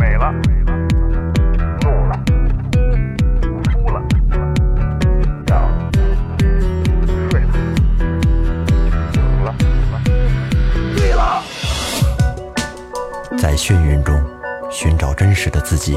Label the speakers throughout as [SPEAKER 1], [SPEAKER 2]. [SPEAKER 1] 美了，怒了，哭了，笑了，睡了，醒了，醉了。
[SPEAKER 2] 在眩晕中寻找真实的自己，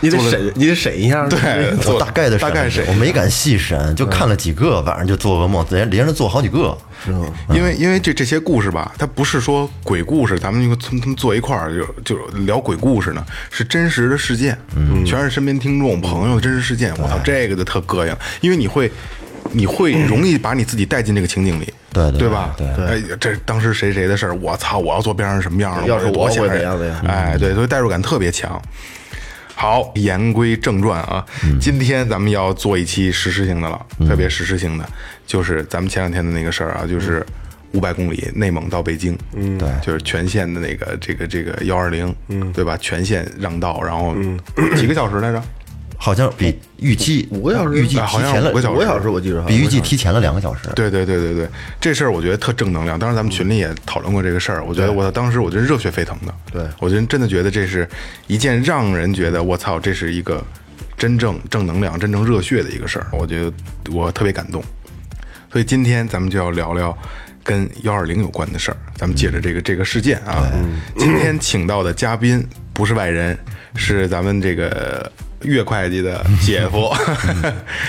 [SPEAKER 3] 你得审，你得审一下。
[SPEAKER 4] 对，
[SPEAKER 2] 我
[SPEAKER 4] 做
[SPEAKER 2] 大概的
[SPEAKER 4] 大概谁
[SPEAKER 2] 我？没敢细审，就看了几个，晚上就做噩梦，连连着做好几个。嗯
[SPEAKER 4] 因为因为这这些故事吧，它不是说鬼故事，咱们就从他们坐一块儿就就聊鬼故事呢，是真实的事件，
[SPEAKER 2] 嗯
[SPEAKER 4] 全是身边听众朋友的真实事件。我操，这个就特膈应，因为你会。你会容易把你自己带进这个情景里，
[SPEAKER 2] 对对
[SPEAKER 4] 对吧？
[SPEAKER 2] 对
[SPEAKER 4] 哎，这当时谁谁的事儿，我操！我要坐边上什么样了？
[SPEAKER 3] 要是
[SPEAKER 4] 有
[SPEAKER 3] 我
[SPEAKER 4] 多吓
[SPEAKER 3] 会
[SPEAKER 4] 人
[SPEAKER 3] 怎样嗯怎样
[SPEAKER 4] 哎，对，所以代入感特别强。好，言归正传啊，
[SPEAKER 3] 嗯
[SPEAKER 4] 今天咱们要做一期实施性的了，特别实施性的，就是咱们前两天的那个事儿啊，就是
[SPEAKER 3] 嗯
[SPEAKER 4] 五百公里内蒙到北京，嗯，对，就是全线的那个这个这个幺二零，嗯，对吧？全线让道，然后
[SPEAKER 3] 嗯
[SPEAKER 4] 几个小时来着？
[SPEAKER 2] 好像比预期
[SPEAKER 3] 五个小时
[SPEAKER 2] 预计
[SPEAKER 4] 啊好
[SPEAKER 2] 提
[SPEAKER 4] 像
[SPEAKER 2] 前了
[SPEAKER 4] 五个小时
[SPEAKER 3] 五个小时我记着好像
[SPEAKER 2] 比预计提前了两个小时。
[SPEAKER 4] 啊对对对对对，这事儿我觉得特正能量。当时咱们群里也讨论过这个事儿，我觉得我当时我觉得热血沸腾的。
[SPEAKER 3] 对
[SPEAKER 4] 我觉得真的觉得这是一件让人觉得我操，这是一个真正正能量、真正热血的一个事儿。我觉得我特别感动。所以今天咱们就要聊聊跟幺二零有关的事儿，咱们借着这个这个事件啊，今天请到的嘉宾不是外人，是咱们这个岳会计的姐夫。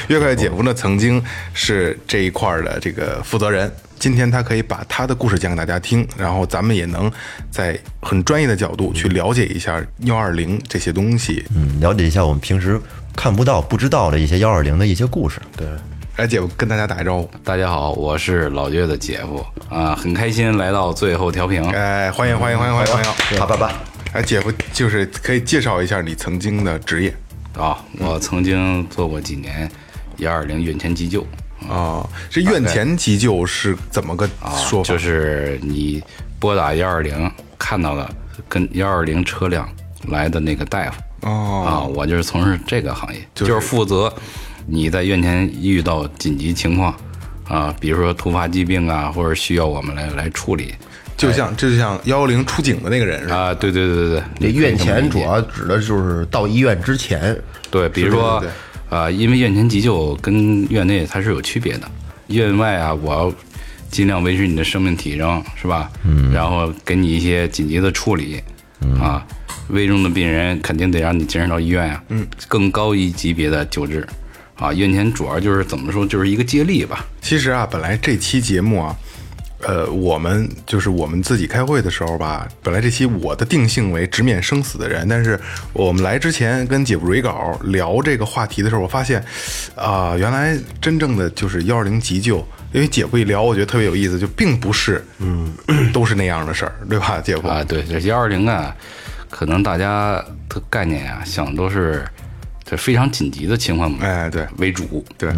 [SPEAKER 4] 岳会计姐夫呢，曾经是这一块儿的这个负责人。今天他可以把他的故事讲给大家听，然后咱们也能在很专业的角度去了解一下幺二零这些东西。
[SPEAKER 2] 嗯，了解一下我们平时看不到、不知道的一些幺二零的一些故事。对，
[SPEAKER 4] 来，姐夫跟大家打一招呼，
[SPEAKER 5] 大家好，我是老岳的姐夫啊，很开心来到最后调频。
[SPEAKER 4] 哎，欢迎欢迎欢迎欢迎欢迎！
[SPEAKER 2] 啪啪啪，
[SPEAKER 4] 哎，姐夫，就是可以介绍一下你曾经的职业
[SPEAKER 5] 啊，我曾经做过几年幺二零院前急救
[SPEAKER 4] 啊？这院前急救是怎么个
[SPEAKER 5] 啊，
[SPEAKER 4] 说法？
[SPEAKER 5] 就是你拨打幺二零看到了跟幺二零车辆来的那个大夫啊，
[SPEAKER 4] 哦，
[SPEAKER 5] 我就是从事这个行业，
[SPEAKER 4] 就
[SPEAKER 5] 就是是负责你在院前遇到紧急情况啊，比如说突发疾病啊，或者需要我们来来处理
[SPEAKER 4] 就像就像幺幺零出警的那个人是吧？
[SPEAKER 5] 啊。对对对对
[SPEAKER 3] 这
[SPEAKER 5] 对，
[SPEAKER 3] 院
[SPEAKER 5] 你可以这么
[SPEAKER 3] 前
[SPEAKER 5] 理
[SPEAKER 3] 主
[SPEAKER 5] 解
[SPEAKER 3] 要指的就是到医院之前，
[SPEAKER 5] 对，比如说
[SPEAKER 4] 对对，
[SPEAKER 5] 呃，因为院前急救跟院内它是有区别的，院外啊，我要尽量维持你的生命体征，是吧？嗯，然后给你一些紧急的处理，啊，危重的病人肯定得让你及时到医院啊，嗯，更高一级别的救治，啊，院前主要就是怎么说，就是一个接力吧，
[SPEAKER 4] 其实啊，本来这期节目啊，呃，我们就是我们自己开会的时候吧，本来这期我的定性为直面生死的人，但是我们来之前跟姐夫蕊稿聊这个话题的时候，我发现，啊、原来真正的就是幺二零急救，因为姐夫一聊，我觉得特别有意思，就并不是，嗯，都是那样的事儿，对吧，姐夫？
[SPEAKER 5] 啊，对，这幺二零啊，可能大家的概念啊，想都是这非常紧急的情况
[SPEAKER 4] 哎，对
[SPEAKER 5] 为主
[SPEAKER 4] 对，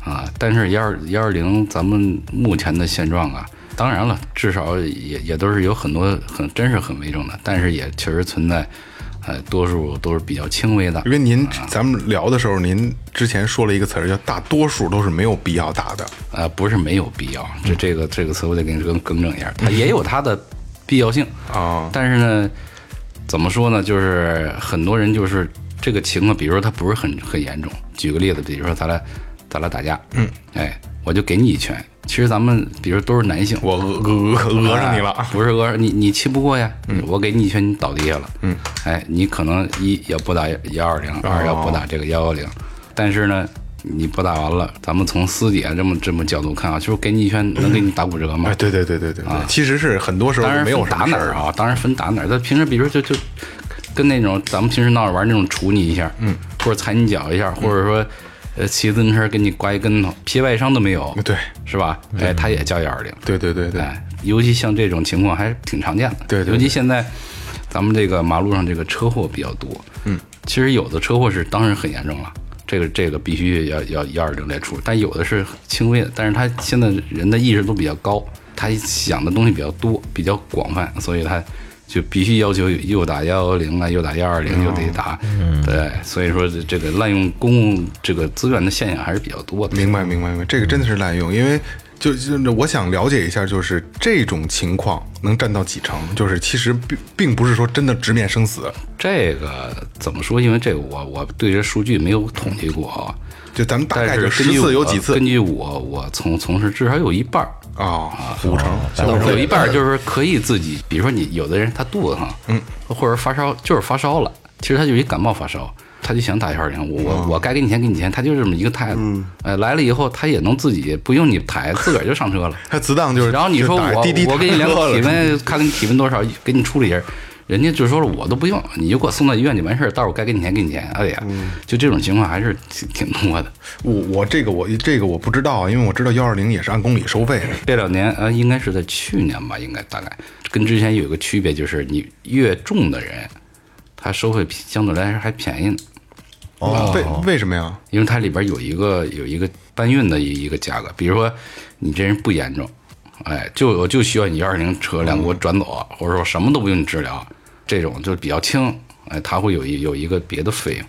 [SPEAKER 5] 啊。但是幺二幺二零，咱们目前的现状啊，当然了，至少也也都是有很多很真是很危重的，但是也确实存在，呃，多数都是比较轻微的
[SPEAKER 4] 因。为您咱们聊的时候，您之前说了一个词儿叫大多数都是没有必要打的，
[SPEAKER 5] 呃，不是没有必要，这这个这个词我得给你更更正一下，它也有它的必要性
[SPEAKER 4] 哦
[SPEAKER 5] 但是呢，怎么说呢？就是很多人就是这个情况，比如说他不是很很严重。举个例子，比如说咱俩咱俩打架，嗯，哎，我就给你一拳。其实咱们比如都是男性，
[SPEAKER 4] 我讹讹讹讹上你了，
[SPEAKER 5] 哎
[SPEAKER 4] 嗯
[SPEAKER 5] 不是讹你，你气不过呀，我给你一拳，你倒地下了，嗯，哎，你可能一要拨打幺二零，
[SPEAKER 4] 哦
[SPEAKER 5] 二要拨打这个幺幺零，但是呢，你拨打完了，咱们从私底下这么这么角度看啊，就是给你一拳能给你打骨折吗
[SPEAKER 4] 哎，？对对对对对对，其实是很多时候
[SPEAKER 5] 啊当然
[SPEAKER 4] 没
[SPEAKER 5] 分
[SPEAKER 4] 有什
[SPEAKER 5] 打
[SPEAKER 4] 么事
[SPEAKER 5] 哪
[SPEAKER 4] 儿
[SPEAKER 5] 儿，啊，当然分打哪儿，他平时比如就就跟那种咱们平时闹着玩儿那种杵你一下，嗯，或者踩你脚一下，或者说呃骑自行车给你刮一跟头，皮外伤都没有，
[SPEAKER 4] 啊对嗯
[SPEAKER 5] 是吧？哎，他也叫幺二零。
[SPEAKER 4] 对对对对，
[SPEAKER 5] 哎，尤其像这种情况还挺常见的。
[SPEAKER 4] 对对对
[SPEAKER 5] 尤其现在咱们这个马路上这个车祸比较多。嗯，其实有的车祸是当然很严重了，这个这个必须要要幺二零来处，但有的是轻微的，但是他现在人的意识都比较高，他想的东西比较多，比较广泛，所以他。就必须要求又打幺幺零啊，又打幺二
[SPEAKER 4] 嗯
[SPEAKER 5] 零，又得打，对，所以说这这个滥用公共这个资源的现象还是比较多的。
[SPEAKER 4] 明白明白明白，这个真的是滥用，因为就就我想了解一下，就是这种情况能占到几成？就是其实并并不是说真的直面生死，
[SPEAKER 5] 这个怎么说？因为这个我我对这数据没有统计过啊，
[SPEAKER 4] 就咱们大
[SPEAKER 5] 但
[SPEAKER 4] 概就
[SPEAKER 5] 是根
[SPEAKER 4] 十
[SPEAKER 5] 据我
[SPEAKER 4] 次有几次
[SPEAKER 5] 根据我我从从事至少有一半儿，
[SPEAKER 4] 啊，五成，
[SPEAKER 5] 有一半儿就是可以自己，比如说你有的人他肚子疼，嗯，或者发烧就是发烧了，其实他就是一感冒发烧，他就想打幺二零，我
[SPEAKER 4] 哦
[SPEAKER 5] 我我该给你钱给你钱，他就这么一个态度，
[SPEAKER 4] 嗯
[SPEAKER 5] 呃，来了以后他也能自己不用你抬，自个儿就上车了。
[SPEAKER 4] 他自当就是，
[SPEAKER 5] 然后你
[SPEAKER 4] 就
[SPEAKER 5] 说
[SPEAKER 4] 打
[SPEAKER 5] 我
[SPEAKER 4] 滴滴
[SPEAKER 5] 我给你量
[SPEAKER 4] 打车了
[SPEAKER 5] 个体温，看看你体温多少，给你处理一下。人家就说了，我都不用，你就给我送到医院就完事儿，到时候该给你钱给你钱。哎呀，
[SPEAKER 4] 嗯
[SPEAKER 5] 就这种情况还是挺挺多的。
[SPEAKER 4] 我我这个我这个我不知道啊，因为我知道幺二零也是按公里收费的。
[SPEAKER 5] 这两年呃，应该是在去年吧，应该大概跟之前有一个区别，就是你越重的人，他收费相对来说还便宜呢，哦
[SPEAKER 4] 为为什么呀？
[SPEAKER 5] 因为它里边有一个有一个搬运的一一个价格，比如说你这人不严重，哎，就我就需要你幺二零车辆给我转走，或者说什么都不用你治疗，这种就比较轻，哎，它会有一有一个别的费用，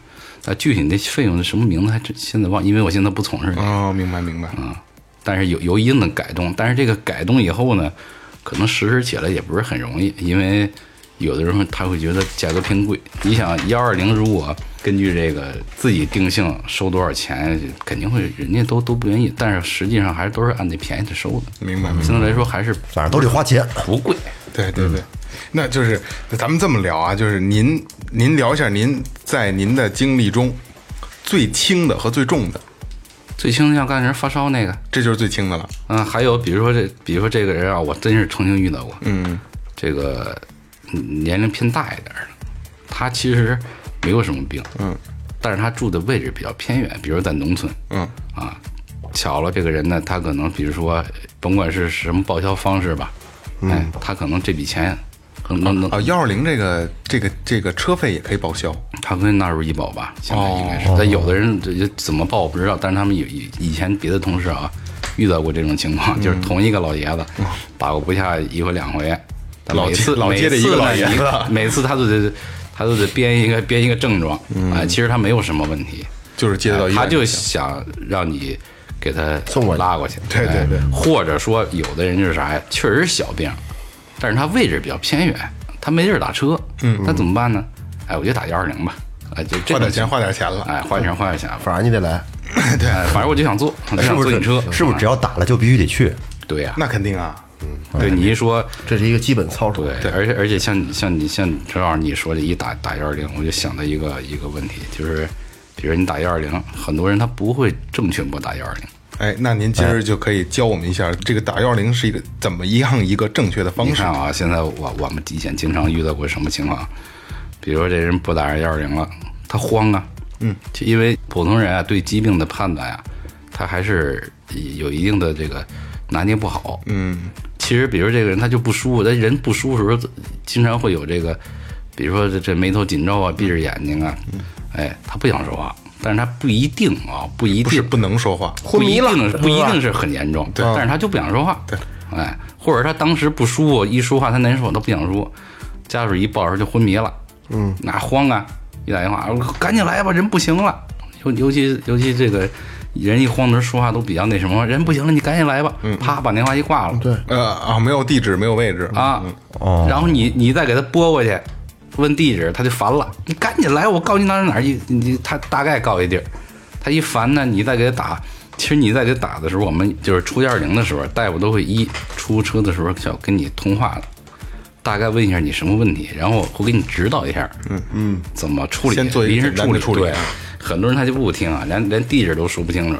[SPEAKER 5] 那具体那费用是什么名字还真现在忘，因为我现在不从事这个。
[SPEAKER 4] 哦，明白明白。
[SPEAKER 5] 但是有有一定的改动，但是这个改动以后呢，可能实施起来也不是很容易，因为有的人会他会觉得价格偏贵。你想幺二零如果根据这个自己定性收多少钱，肯定会人家都都不愿意，但是实际上还是都是按那便宜的收的，
[SPEAKER 4] 明白明白。
[SPEAKER 5] 相对来说还是
[SPEAKER 2] 反正都得花钱。
[SPEAKER 5] 不贵。
[SPEAKER 4] 对对
[SPEAKER 5] 嗯
[SPEAKER 4] 对，那就是咱们这么聊啊，就是您您聊一下您在您的经历中最轻的和最重的，
[SPEAKER 5] 最轻的像刚才人发烧那个，
[SPEAKER 4] 这就是最轻的了。
[SPEAKER 5] 嗯，还有比如说这，比如说这个人啊，我真是曾经遇到过，嗯，这个嗯年龄偏大一点儿的，他其实没有什么病，嗯，但是他住的位置比较偏远，比如在农村，
[SPEAKER 4] 嗯
[SPEAKER 5] 啊，巧了，这个人呢，他可能比如说甭管是什么报销方式吧，哎，他可能这笔钱可能能
[SPEAKER 4] 啊，幺二零这个这个这个车费也可以报销。
[SPEAKER 5] 他可以纳入医保吧，现在应该
[SPEAKER 4] 哦
[SPEAKER 5] 是。但有的人这这怎么报我不知道，但是他们有以以前别的同事啊遇到过这种情况，
[SPEAKER 4] 嗯
[SPEAKER 5] 就是同一个老爷子 打过不下一回两回，但
[SPEAKER 4] 哦老
[SPEAKER 5] 每
[SPEAKER 4] 接
[SPEAKER 5] 次
[SPEAKER 4] 老接着
[SPEAKER 5] 每
[SPEAKER 4] 一
[SPEAKER 5] 次
[SPEAKER 4] 个老
[SPEAKER 5] 呢
[SPEAKER 4] 爷
[SPEAKER 5] 你
[SPEAKER 4] 子
[SPEAKER 5] 每次他都得他都得编一个编一个症状
[SPEAKER 4] 嗯
[SPEAKER 5] 啊，其实他没有什么问题，
[SPEAKER 4] 就是接得到医院
[SPEAKER 5] 哎他
[SPEAKER 4] 就
[SPEAKER 5] 就想让你给他
[SPEAKER 3] 送过去
[SPEAKER 5] 拉过去，
[SPEAKER 4] 对对对
[SPEAKER 5] 哎或者说有的人就是啥呀，确实是小病，但是他位置比较偏远，他没地儿打车，嗯，那怎么办呢？哎，我就打幺二零吧，哎，就这
[SPEAKER 4] 花
[SPEAKER 5] 种
[SPEAKER 4] 点钱，花点钱了。
[SPEAKER 5] 哎，花点钱花点钱，
[SPEAKER 3] 反正你得来，
[SPEAKER 5] 对，哎反正我就想坐，我就是想
[SPEAKER 2] 不
[SPEAKER 5] 坐
[SPEAKER 2] 是
[SPEAKER 5] 你车，
[SPEAKER 2] 是不是
[SPEAKER 5] 啊
[SPEAKER 2] 只要打了就必须得去？
[SPEAKER 5] 对呀？
[SPEAKER 4] 那肯定啊，
[SPEAKER 5] 对你一说。
[SPEAKER 3] 这是一个基本操守。
[SPEAKER 5] 对，而且而且像你像你像陈老师你说的，一打打幺二零，我就想到一个一个问题，就是，比如你打幺二零，很多人他不会正确拨打幺二零，
[SPEAKER 4] 哎，那您今儿就可以教我们一下，这个打幺二零是一个怎么样一个正确的方
[SPEAKER 5] 你
[SPEAKER 4] 式
[SPEAKER 5] 看？啊，现在我我们以前经常遇到过什么情况？比如说这人拨打幺二零了，他慌啊，嗯，就因为普通人啊对疾病的判断啊，他还是有一定的这个拿捏不好，嗯，其实比如这个人他就不舒服，他人不舒服的时候，经常会有这个比如说这这眉头紧皱啊，闭着眼睛啊，
[SPEAKER 4] 嗯
[SPEAKER 5] 哎，他不想说话，但是他不一定啊，不一定
[SPEAKER 4] 不是不能说话，
[SPEAKER 3] 昏迷了嗯
[SPEAKER 5] 不一定是
[SPEAKER 3] 是吧
[SPEAKER 5] 不一定是很严重，但是他就不想说话，
[SPEAKER 4] 对，
[SPEAKER 5] 哎，或者他当时不舒服，一说话他难受，他不想说，家属一报时就昏迷了，嗯，哪慌啊？一打电话，我赶紧来吧，人不行了，尤尤其尤其这个人一慌的时候说话都比较那什么，人不行了，你赶紧来吧，
[SPEAKER 3] 嗯
[SPEAKER 5] 啪把电话一挂了，对
[SPEAKER 4] 呃啊，没有地址，没有位置，
[SPEAKER 5] 啊，然后你你再给他拨过去。问地址，他就烦了。你赶紧来，我告诉你哪儿哪儿一，你你他大概告一地儿。他一烦呢，你再给他打。其实你再给他打的时候，我们就是出幺二零的时候，大夫都会一出车的时候想跟你通话的，大概问一下你什么问题，然后会给你指导一下，嗯嗯，怎么处理，
[SPEAKER 4] 先做一个
[SPEAKER 5] 临时
[SPEAKER 4] 简单的
[SPEAKER 5] 处
[SPEAKER 4] 处理
[SPEAKER 5] 对，很多人他就不听啊，连连地址都说不清楚。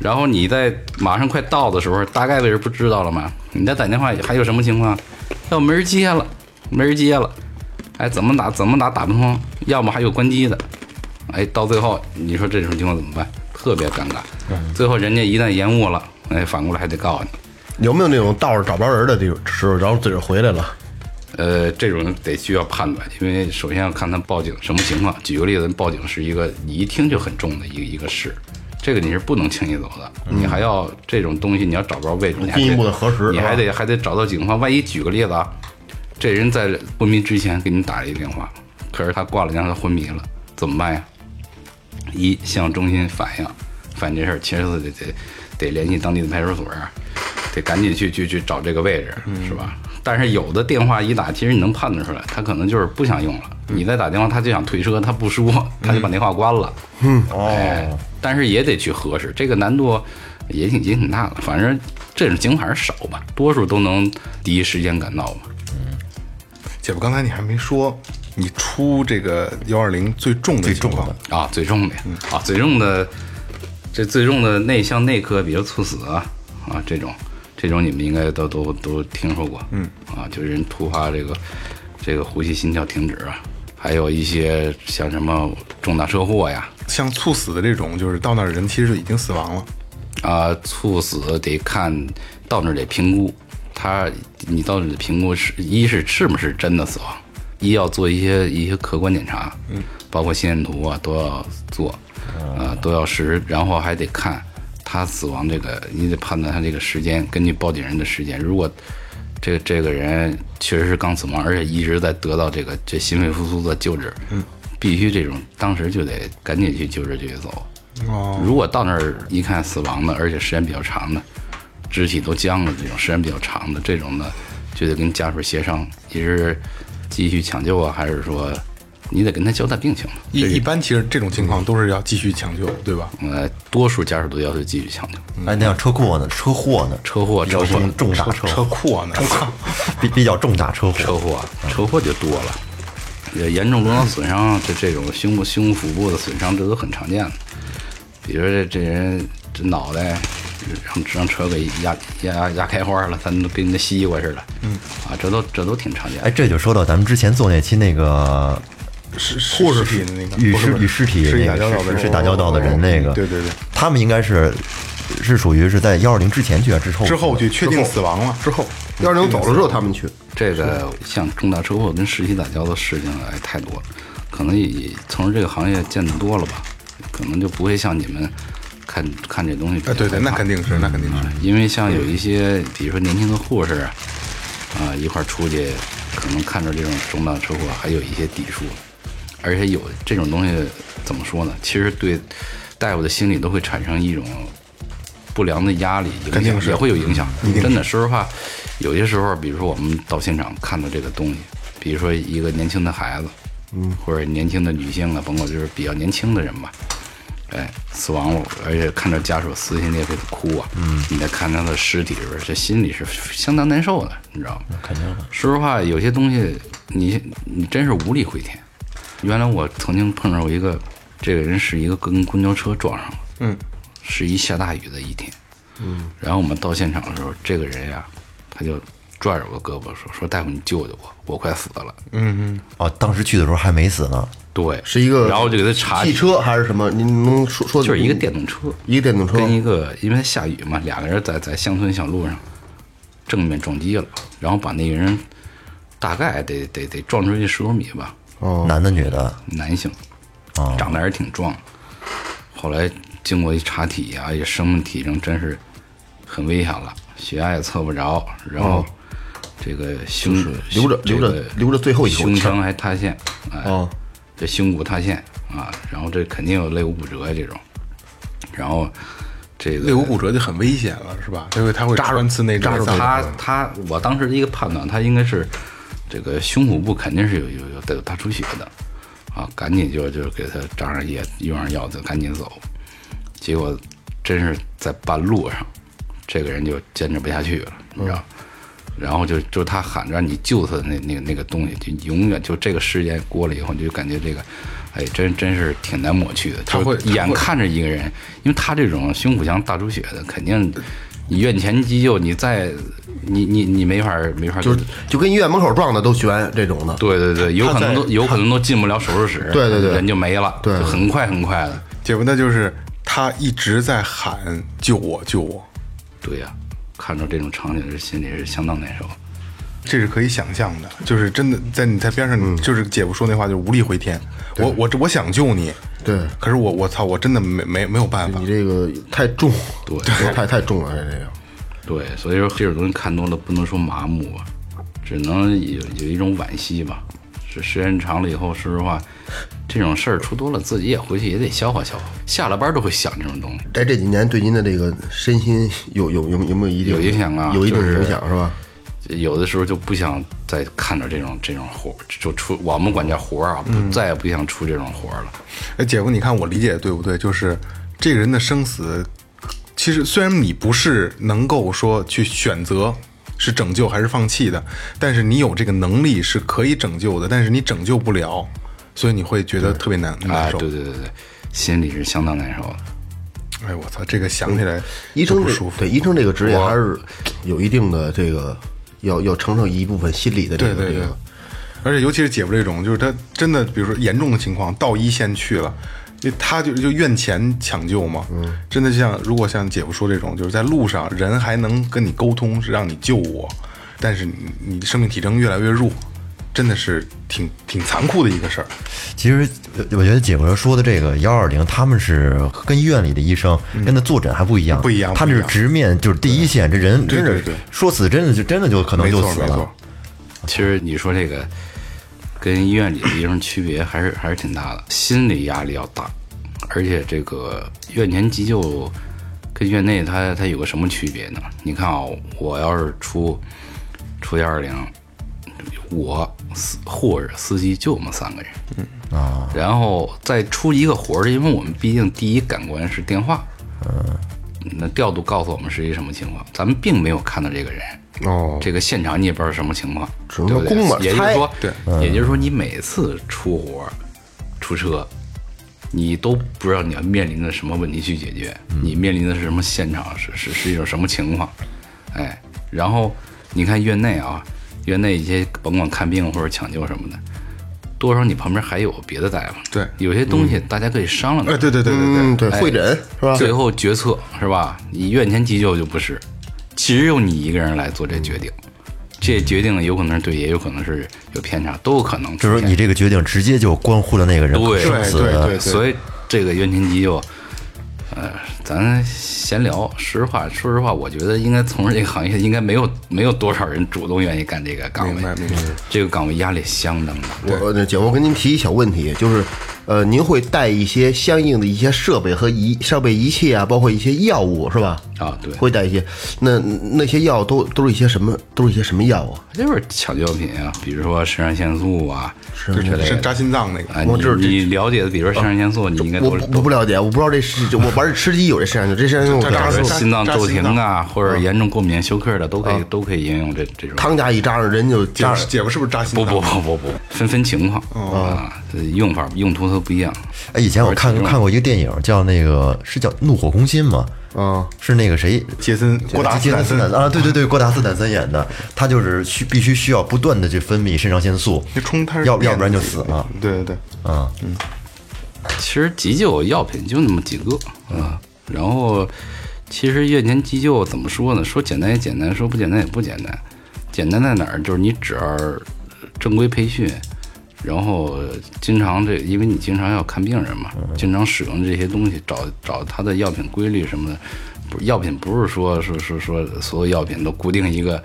[SPEAKER 5] 然后你在马上快到的时候，大概位置不知道了吗？你再打电话还有什么情况？要没人接了，没人接了，哎，怎么打怎么打打不通，要么还有关机的，哎，到最后你说这种情况怎么办？特别尴尬。
[SPEAKER 4] 嗯
[SPEAKER 5] 最后人家一旦延误了，哎，反过来还得告你。
[SPEAKER 6] 有没有那种道上找不着人的地方时候，然后自己回来了？
[SPEAKER 5] 呃，这种得需要判断，因为首先要看他报警什么情况。举个例子，报警是一个你一听就很重的一个一个事，这个你是不能轻易走的，你还要这种东西，你要找不着位置，你还得
[SPEAKER 6] 嗯进一步的核实
[SPEAKER 5] 你还
[SPEAKER 6] 是吧
[SPEAKER 5] 得还得找到警方。万一举个例子啊，这人在昏迷之前给你打了一电话，可是他挂了电话，他昏迷了，怎么办呀？一向中心反映，反映这事儿，其实得得得联系当地的派出所啊，得赶紧去去去找这个位置，是吧？但是有的电话一打，其实你能判断出来，他可能就是不想用了。你再打电话，他就想退车，他不说，他就把电话关了。嗯，哎，但是也得去核实，这个难度也挺也挺大的。反正这种情况还是少吧，多数都能第一时间赶到吧。
[SPEAKER 4] 姐夫，刚才你还没说，你出这个幺二零最重的情况，
[SPEAKER 5] 啊，最重的呀啊，最重的，这最重的内像内科，比如猝死啊啊这种，这种你们应该都都都听说过，嗯啊，就是人突发这个这个呼吸心跳停止啊，还有一些像什么重大车祸呀
[SPEAKER 4] 像猝死的这种，就是到那儿人其实已经死亡了，
[SPEAKER 5] 啊，猝死得看到那儿得评估，他你到那儿得评估是一是是不是真的死亡，一要做一些一些客观检查，嗯，包括心电图啊都要做，呃都要实时，然后还得看他死亡这个，你得判断他这个时间，根据报警人的时间，如果这个这个人确实是刚死亡，而且一直在得到这个这心肺复苏的救治，嗯，必须这种当时就得赶紧去救治局走。哦，如果到那儿一看死亡的，而且时间比较长的，肢体都僵了，这种时间比较长的这种呢，就得跟家属协商，你是继续抢救啊，还是说你得跟他交代病情嘛？
[SPEAKER 4] 一一般其实这种情况都是要继续抢救，对吧？
[SPEAKER 5] 呃，多数家属都要求继续抢救。
[SPEAKER 4] 嗯
[SPEAKER 2] 哎，那要车祸呢？车祸呢？
[SPEAKER 5] 车祸，
[SPEAKER 2] 要
[SPEAKER 5] 车祸，
[SPEAKER 2] 重大车
[SPEAKER 4] 车啊
[SPEAKER 2] 祸，
[SPEAKER 4] 祸呢？
[SPEAKER 2] 比比较重大车祸。
[SPEAKER 5] 车祸，啊车祸就多了，也严重颅脑损伤，啊这这种胸部、胸腹部的损伤，这都很常见的。比如说这这人这脑袋让让车给压压压开花了，咱都跟那西瓜似的，嗯，啊，这都这都挺常见的
[SPEAKER 2] 哎，。这就说到咱们之前做那期那个
[SPEAKER 4] 是护士体的那个，
[SPEAKER 2] 与
[SPEAKER 4] 啊不
[SPEAKER 2] 尸
[SPEAKER 4] 是不是
[SPEAKER 2] 与尸体
[SPEAKER 4] 是
[SPEAKER 2] 那
[SPEAKER 4] 打
[SPEAKER 2] 个
[SPEAKER 4] 交道的
[SPEAKER 2] 是
[SPEAKER 4] 人
[SPEAKER 2] 是打交道的人那个，
[SPEAKER 4] 对对对，
[SPEAKER 2] 他们应该是是属于是在幺二零之前去啊，之后
[SPEAKER 4] 之后去确定死亡了嗯之后，
[SPEAKER 3] 幺零走了之后他们去，
[SPEAKER 5] 这个像重大车祸跟实习打交道的事情哎太多了，可能也从事这个行业见得多了吧，可能就不会像你们看看这东西比较
[SPEAKER 4] 啊，对对，那
[SPEAKER 5] 害怕
[SPEAKER 4] 肯定是，那肯定是。
[SPEAKER 5] 因为像有一些，比如说年轻的护士啊，啊一块儿出去，可能看着这种重大车祸还有一些抵触，而且有这种东西怎么说呢？其实对大夫的心理都会产生一种不良的压力，
[SPEAKER 4] 肯
[SPEAKER 5] 影
[SPEAKER 4] 定
[SPEAKER 5] 响
[SPEAKER 4] 是
[SPEAKER 5] 也会有影响。真的，说实话，有些时候，比如说我们到现场看到这个东西，比如说一个年轻的孩子，嗯，或者年轻的女性啊，甭管就是比较年轻的人吧，哎，死亡了，而且看着家属撕心裂肺的哭啊，嗯，你再看他的尸体时候，这心里是相当难受的，你知道吗？肯定的。说实话，有些东西你你真是无力回天。原来我曾经碰上过一个，这个人是一个跟公交车撞上了，嗯，是一下大雨的一天，嗯，然后我们到现场的时候，这个人呀、他就拽着我胳膊说说大夫你救救我，我快死了，
[SPEAKER 2] 哦，当时去的时候还没死呢，
[SPEAKER 5] 对，
[SPEAKER 3] 嗯是一个
[SPEAKER 5] 然后就给他查
[SPEAKER 3] 汽车还是什么？您能说说？
[SPEAKER 5] 就是一个电动车，
[SPEAKER 3] 一个电动车，
[SPEAKER 5] 跟一个，因为下雨嘛，俩个人在在乡村小路上正面撞击了，然后把那个人大概得得得撞出去十多米吧，
[SPEAKER 3] 哦
[SPEAKER 2] 男的女的
[SPEAKER 5] 男性，
[SPEAKER 2] 哦
[SPEAKER 5] 长得还是挺壮。后来经过一查体呀、也生命体征真是很危险了，血压也测不着，然后这个胸、
[SPEAKER 6] 哦留着
[SPEAKER 5] 这
[SPEAKER 6] 留
[SPEAKER 5] 个
[SPEAKER 6] 着留着最后一口
[SPEAKER 5] 胸
[SPEAKER 6] 气儿
[SPEAKER 5] 腔还塌陷，哎，
[SPEAKER 6] 啊，
[SPEAKER 5] 这胸骨塌陷啊，然后这肯定有肋骨骨折呀这种，然后这个
[SPEAKER 4] 肋骨骨折就很危险了，是吧？因为它会
[SPEAKER 6] 扎着
[SPEAKER 4] 穿刺内
[SPEAKER 6] 扎着
[SPEAKER 4] 脏
[SPEAKER 5] 他他，我当时的一个判断，他应该是这个胸口部肯定是有有有得有大出血的，啊，赶紧就就给他扎上液，用上药，就赶紧走。结果真是在半路上，这个人就坚持不下去了，你知道。
[SPEAKER 4] 嗯
[SPEAKER 5] 然后就就他喊着让你救他的那那那个东西，就永远就这个时间过了以后，你就感觉这个，哎，真真是挺难抹去的。
[SPEAKER 4] 他会
[SPEAKER 5] 就眼看着一个人，因为他这种胸腹腔大出血的，肯定你院前急救，你再你你你没法儿没法儿
[SPEAKER 3] 就是就跟医院门口撞的都悬这种的，
[SPEAKER 5] 对对对，有可能都有可能都进不了手术室，
[SPEAKER 3] 对对对
[SPEAKER 5] 人就没了，
[SPEAKER 3] 对
[SPEAKER 5] 就很快很快的。
[SPEAKER 4] 姐夫，那就是他一直在喊救我救我，
[SPEAKER 5] 对呀、看着这种场景是心里是相当难受。
[SPEAKER 4] 这是可以想象的，就是真的在你在边上，你就是姐夫说那话，就是无力回天。我我我想救你，
[SPEAKER 3] 对
[SPEAKER 4] 可是我我操，我真的没没没有办法
[SPEAKER 3] 你。这个太重，
[SPEAKER 5] 对
[SPEAKER 3] 太太重了这个。
[SPEAKER 5] 对，所以说这种东西看多了不能说麻木吧，只能有有一种惋惜吧。是时间长了以后，说实话，这种事儿出多了，自己也回去也得消化消化。下了班都会想这种东西。
[SPEAKER 3] 在这几年对您的这个身心有有有有没有一定
[SPEAKER 5] 有影响啊
[SPEAKER 3] 有一定的
[SPEAKER 5] 就是
[SPEAKER 3] 影响是吧？
[SPEAKER 5] 有的时候就不想再看着这种这种活儿，就出我们管叫活儿啊，
[SPEAKER 4] 嗯
[SPEAKER 5] 不再也不想出这种活儿了。
[SPEAKER 4] 哎，姐夫，你看我理解的对不对？就是这个人的生死，其实虽然你不是能够说去选择是拯救还是放弃的，但是你有这个能力是可以拯救的，但是你拯救不了，所以你会觉得特别难难
[SPEAKER 5] 哎，
[SPEAKER 4] 受
[SPEAKER 5] 对。对对对，心里是相当难受的。
[SPEAKER 4] 哎，我操，这个想
[SPEAKER 5] 嗯
[SPEAKER 4] 起来
[SPEAKER 3] 医
[SPEAKER 4] 就
[SPEAKER 3] 生
[SPEAKER 4] 不
[SPEAKER 3] 这
[SPEAKER 4] 舒服。
[SPEAKER 3] 对医生这个职业还是有一定的这个要要承受一部分心理的这
[SPEAKER 4] 对
[SPEAKER 3] 个
[SPEAKER 4] 对
[SPEAKER 3] 这
[SPEAKER 4] 对
[SPEAKER 3] 个，
[SPEAKER 4] 而且尤其是姐夫这种，就是他真的，比如说严重的情况到一线去了，因为他就就院前抢救嘛，
[SPEAKER 2] 嗯
[SPEAKER 4] 真的像如果像姐夫说这种，就是在路上人还能跟你沟通，是让你救我，但是你你生命体征越来越弱，真的是挺挺残酷的一个事儿。
[SPEAKER 2] 其实呃我觉得姐夫说的这个幺二零，他们是跟医院里的医生跟他坐诊还不一样，
[SPEAKER 4] 嗯不一样
[SPEAKER 2] 他们是
[SPEAKER 4] 不一样
[SPEAKER 2] 直面就是第一线，这人
[SPEAKER 4] 对
[SPEAKER 2] 真
[SPEAKER 4] 对
[SPEAKER 2] 是
[SPEAKER 4] 对
[SPEAKER 2] 说死真的就真的就可能
[SPEAKER 4] 没
[SPEAKER 2] 就
[SPEAKER 4] 错
[SPEAKER 2] 死
[SPEAKER 4] 没
[SPEAKER 2] 了
[SPEAKER 4] 错，，
[SPEAKER 5] 其实你说这个跟医院里的医生区别还是还是挺大的，心理压力要大，而且这个院前急救跟院内它它有个什么区别呢？你看啊、我要是出出幺二零，我司护士司机就我们三个人，嗯啊，然后再出一个活儿，因为我们毕竟第一感官是电话，嗯，那调度告诉我们是一什么情况，咱们并没有看到这个人，
[SPEAKER 3] 哦，
[SPEAKER 5] 这个现场你也不知道什么情况，
[SPEAKER 3] 只能
[SPEAKER 5] 对不对
[SPEAKER 3] 估摸
[SPEAKER 5] 也就是
[SPEAKER 3] 猜
[SPEAKER 5] 说，
[SPEAKER 4] 对，嗯
[SPEAKER 5] 也就是说你每次出活儿、出车，你都不知道你要面临的什么问题去解决，
[SPEAKER 4] 嗯
[SPEAKER 5] 你面临的是什么现场，是是是一种什么情况，哎，然后你看院内啊，院内一些甭管看病或者抢救什么的，多少你旁边还有别的大夫，
[SPEAKER 4] 对
[SPEAKER 5] 有些东西大家可以商量的
[SPEAKER 4] 哎，，对对对对对，
[SPEAKER 3] 嗯，对，会诊是吧？
[SPEAKER 5] 最后决策是吧？你院前急救就不是，只有你一个人来做这决定，这决定有可能是对，也有可能是有偏差，都有可能
[SPEAKER 2] 就是
[SPEAKER 5] 出
[SPEAKER 2] 说
[SPEAKER 5] 现。
[SPEAKER 2] 你这个决定直接就关乎了那个人
[SPEAKER 5] 对
[SPEAKER 2] 生死
[SPEAKER 4] 对对对
[SPEAKER 5] 所以这个院前急救，呃，咱闲聊，实话说实话，我觉得应该从事这个行业，应该没有没有多少人主动愿意干这个岗位
[SPEAKER 4] 明白明白。
[SPEAKER 5] 这个岗位压力相当大。
[SPEAKER 3] 我那姐夫，我跟您提一小问题，就是，呃，您会带一些相应的一些设备和仪设备仪器啊，包括一些药物是吧？
[SPEAKER 5] 啊对
[SPEAKER 3] 会带一些。那那些药都都是一些什么？都是一些什么药啊？
[SPEAKER 5] 就是抢救品啊，比如说肾上腺素啊，之
[SPEAKER 2] 嗯
[SPEAKER 5] 类
[SPEAKER 4] 就是
[SPEAKER 5] 的。
[SPEAKER 4] 扎心脏那
[SPEAKER 5] 啊，
[SPEAKER 4] 个，
[SPEAKER 5] 你你了解的，比如说肾上腺素，你应该
[SPEAKER 3] 我
[SPEAKER 5] 哎都
[SPEAKER 3] 不我不了解，我不知道这是这我玩吃鸡有这肾上腺，这肾上腺素
[SPEAKER 4] 这扎
[SPEAKER 5] 比
[SPEAKER 4] 死
[SPEAKER 5] 如
[SPEAKER 4] 扎
[SPEAKER 5] 心脏骤停
[SPEAKER 4] 扎心嗯
[SPEAKER 5] 啊，或者严重过敏休克的，都可以都可以应用这这种。
[SPEAKER 3] 汤加一扎上人就
[SPEAKER 4] 姐
[SPEAKER 3] 扎
[SPEAKER 4] 夫
[SPEAKER 3] 上。
[SPEAKER 4] 姐夫是不是扎心
[SPEAKER 5] 不
[SPEAKER 4] 脏？
[SPEAKER 5] 不不不不，分分情况
[SPEAKER 4] 嗯
[SPEAKER 5] 啊，这用法用途都不一样。
[SPEAKER 2] 哎，以前我看看过一个电影，叫那个是叫《怒火攻心》吗？
[SPEAKER 3] 啊，
[SPEAKER 2] 是那个谁，
[SPEAKER 4] 杰森嗯郭达斯
[SPEAKER 2] 杰森
[SPEAKER 4] 坦
[SPEAKER 2] 斯
[SPEAKER 4] 森
[SPEAKER 2] 坦森啊，对对对，郭达斯坦森演的，他就是需必须需要不断的去分泌肾上腺素
[SPEAKER 4] 那冲他，是
[SPEAKER 2] 要
[SPEAKER 4] 电
[SPEAKER 2] 要不然
[SPEAKER 4] 的
[SPEAKER 2] 就死了。
[SPEAKER 4] 对对对，
[SPEAKER 2] 啊，
[SPEAKER 5] 其实急救药品就那么几个
[SPEAKER 6] 嗯
[SPEAKER 5] 啊，然后其实院前急救怎么说呢？说简单也简单，说不简单也不简单。简单在哪儿？就是你只要正规培训，然后经常这，因为你经常要看病人嘛，
[SPEAKER 6] 嗯
[SPEAKER 5] 经常使用这些东西，找找它的药品规律什么的。不，药品不是说说说说所有药品都固定一个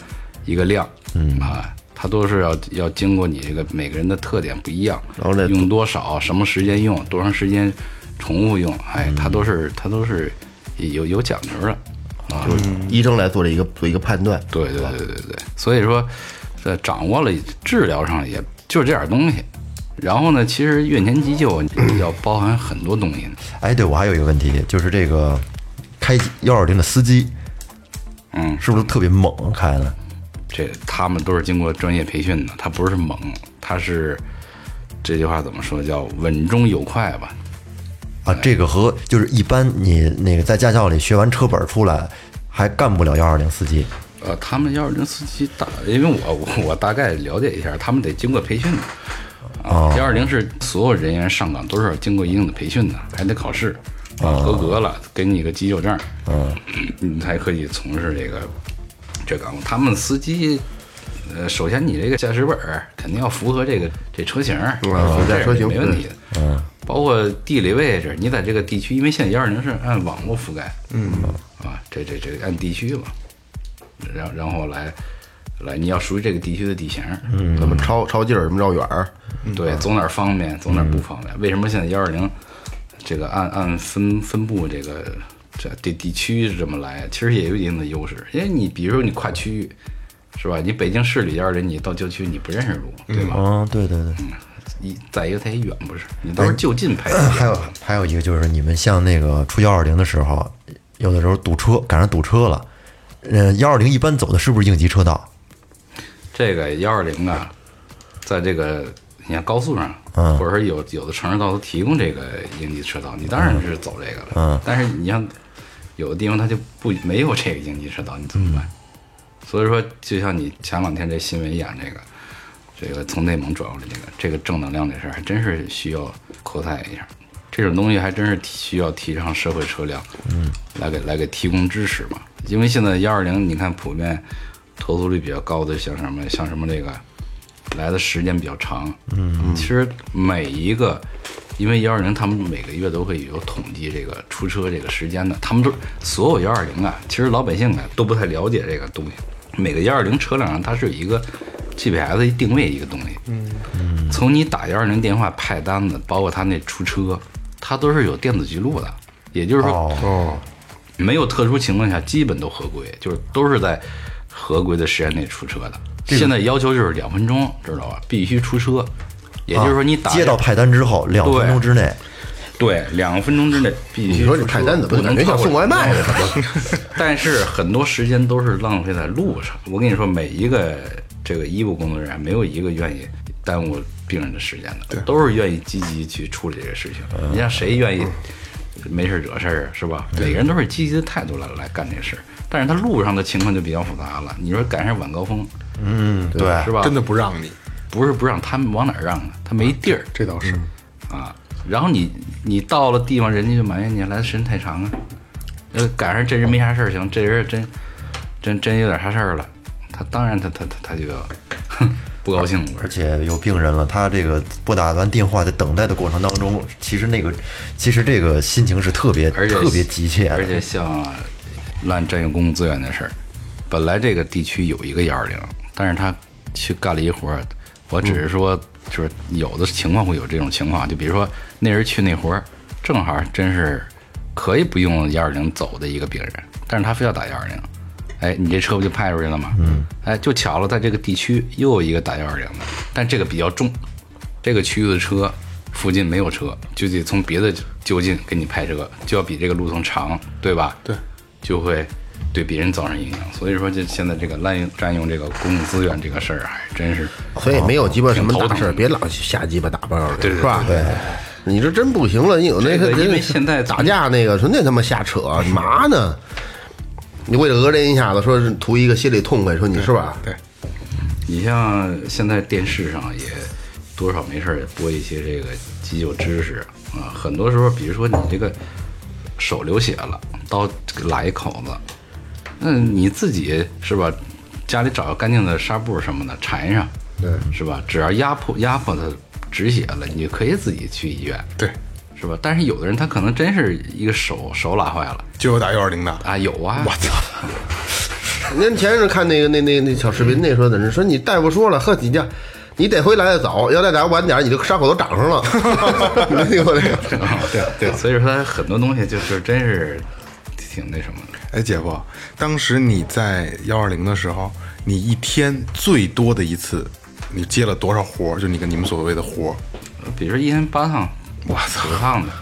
[SPEAKER 5] 一个量，嗯啊，它都是要要经过你这个每个人的特点不一样，
[SPEAKER 6] 然后再
[SPEAKER 5] 用多少，什么时间用，多长时间重复用，
[SPEAKER 6] 嗯
[SPEAKER 5] 哎，它都是它都是有有讲究的。啊
[SPEAKER 6] 就是医生来做这一个做一个判断。
[SPEAKER 5] 对对对对对，所以说，呃，掌握了治疗上也就这点东西。然后呢，其实院前急救要包含很多东西呢。
[SPEAKER 2] 哎，对我还有一个问题，就是这个开幺二零的司机
[SPEAKER 5] 嗯，
[SPEAKER 2] 是不是特别猛开的？
[SPEAKER 5] 这他们都是经过专业培训的，他不是猛，他是这句话怎么说？叫稳中有快吧。
[SPEAKER 2] 啊，这个和就是一般你那个在驾校里学完车本出来，还干不了幺二零司机。
[SPEAKER 5] 呃，他们幺二零司机大，因为我我我大概了解一下，他们得经过培训的。啊，幺二零是所有人员上岗都是要经过一定的培训的，还得考试，啊，合格了，给你个急救证，嗯，你才可以从事这个这岗位。他们司机，呃，首先你这个驾驶本儿肯定要符合这个这车型儿，啊
[SPEAKER 3] 符合
[SPEAKER 5] 这是
[SPEAKER 3] 车型
[SPEAKER 5] 没问题的，嗯，包括地理位置，你在这个地区，因为现在幺二零是按网络覆盖，嗯，啊，这这这按地区嘛，然然后来来，你要属于这个地区的地形，嗯，
[SPEAKER 3] 怎么抄抄近儿，什么绕远儿，
[SPEAKER 2] 嗯
[SPEAKER 5] 对，走哪儿方便，走哪儿不方便。为什么现在幺二零这个按按分分布这个这这地区这么来，其实也有一定的优势，因为你比如说你跨区域。是吧？你北京市里幺二零，你到郊区你不认识路，对吧？
[SPEAKER 2] 啊，对对对。
[SPEAKER 5] 一再一个它也远，不是？你都是就近拍的。
[SPEAKER 2] 哎 还有还有一个就是你们像那个出幺二零的时候，有的时候堵车赶上堵车了，嗯，幺二零一般走的是不是应急车道？
[SPEAKER 5] 这个幺二零啊，在这个你看高速上，
[SPEAKER 2] 嗯
[SPEAKER 5] 或者说有有的城市道都提供这个应急车道，你当然是走这个了。
[SPEAKER 2] 嗯
[SPEAKER 5] 但是你像有的地方它就不没有这个应急车道，你怎么办？
[SPEAKER 2] 嗯
[SPEAKER 5] 所以说，就像你前两天这新闻演这个，这个从内蒙转过来这个这个正能量这事儿，还真是需要扩散一下。这种东西还真是需要提倡社会车辆，嗯，来给来给提供支持嘛。因为现在幺二零，你看普遍投诉率比较高的，像什么像什么这个来的时间比较长，嗯，其实每一个，因为幺二零他们每个月都会有统计这个出车这个时间的，他们都所有幺二零啊，其实老百姓啊都不太了解这个东西。每个幺二零车辆上它是有一个 GPS 定位一个东西，嗯，从你打幺二零电话派单子，包括他那出车，它都是有电子记录的，也就是说，
[SPEAKER 4] 哦，
[SPEAKER 5] 没有特殊情况下，基本都合规，就是都是在合规的时间内出车的。现在要求就是两分钟，知道吧？必须出车，也就是说你打、
[SPEAKER 2] 啊接到派单之后两分钟之内，
[SPEAKER 5] 对两分钟之内必
[SPEAKER 3] 你
[SPEAKER 5] 须出车。
[SPEAKER 3] 说你派单怎么
[SPEAKER 5] 不能
[SPEAKER 3] 感觉像
[SPEAKER 5] 超过
[SPEAKER 3] 送外卖似的？
[SPEAKER 5] 但是很多时间都是浪费在路上。我跟你说，每一个这个医务工作人员没有一个愿意耽误病人的时间的，都是愿意积极去处理这个事情。
[SPEAKER 3] 嗯
[SPEAKER 5] 你像谁愿意没事惹事儿啊，是吧？每个人都是积极的态度来来干这事儿。但是他路上的情况就比较复杂了。你说赶上晚高峰，
[SPEAKER 2] 嗯，对，
[SPEAKER 5] 是吧？
[SPEAKER 4] 真的不让你，
[SPEAKER 5] 不是不让他们往哪儿让啊？他没地儿
[SPEAKER 4] 这倒是。
[SPEAKER 5] 啊。然后你你到了地方，人家就埋怨你来的时间太长啊。呃，赶上这人没啥事儿行，这人真真真有点啥事儿了，他当然他他他他就要哼不高兴了。
[SPEAKER 2] 而且有病人了，他这个拨打完电话在等待的过程当中，其实那个其实这个心情是特别
[SPEAKER 5] 而且
[SPEAKER 2] 特别急切的，
[SPEAKER 5] 而且像滥占用公共资源的事儿，本来这个地区有一个幺二零，但是他去干了一活儿，我只是
[SPEAKER 2] 嗯
[SPEAKER 5] 说，就是有的情况会有这种情况，就比如说那人去那活儿，正好真是可以不用幺二零走的一个病人，但是他非要打幺二零。哎，你这车不就派出去了吗？嗯，哎，就巧了，在这个地区又有一个打幺二零的，但这个比较重，这个区域的车附近没有车，就得从别的就近给你派车，就要比这个路程长，对吧？对，就会对别人造成影响。所以说，这现在这个滥用占用这个公共资源这个事儿，还真是
[SPEAKER 3] 所以没有鸡巴什么
[SPEAKER 5] 挺头
[SPEAKER 3] 大
[SPEAKER 5] 疼
[SPEAKER 3] 事儿，别老瞎鸡巴打扮了，
[SPEAKER 5] 对对
[SPEAKER 3] 是吧？
[SPEAKER 2] 对对
[SPEAKER 3] 你这真不行了，你有那
[SPEAKER 5] 这个
[SPEAKER 3] 人
[SPEAKER 5] 因为现在
[SPEAKER 3] 打架那个纯粹他妈瞎扯，你嘛呢？你为了讹人一下子，说是图一个心里痛快，说你是吧？
[SPEAKER 4] 对，
[SPEAKER 5] 你像现在电视上也多少没事儿也播一些这个急救知识啊，很多时候，比如说你这个手流血了，刀拉一口子，那你自己是吧？家里找个干净的纱布什么的缠上，对，是吧？只要压迫压迫他止血了，你就可以自己去医院，
[SPEAKER 4] 对，
[SPEAKER 5] 是吧？但是有的人他可能真是一个手手拉坏了
[SPEAKER 4] 就有打幺二零的，
[SPEAKER 5] 啊，有啊，
[SPEAKER 4] 我 操！
[SPEAKER 3] 您前一阵看那个那那那小视频，那说的是说你大夫说了，呵，你这你得回来的早，要再打晚点，你这伤口都长上了。 你没听过这个？
[SPEAKER 4] 对对，
[SPEAKER 5] 所以说他很多东西就是真是挺那什么的，
[SPEAKER 4] 哎，姐夫，当时你在幺二零的时候，你一天最多的一次，你接了多少活儿？就你跟你们所谓的活儿，
[SPEAKER 5] 比如说一天八趟，
[SPEAKER 4] 我操
[SPEAKER 5] 九趟的，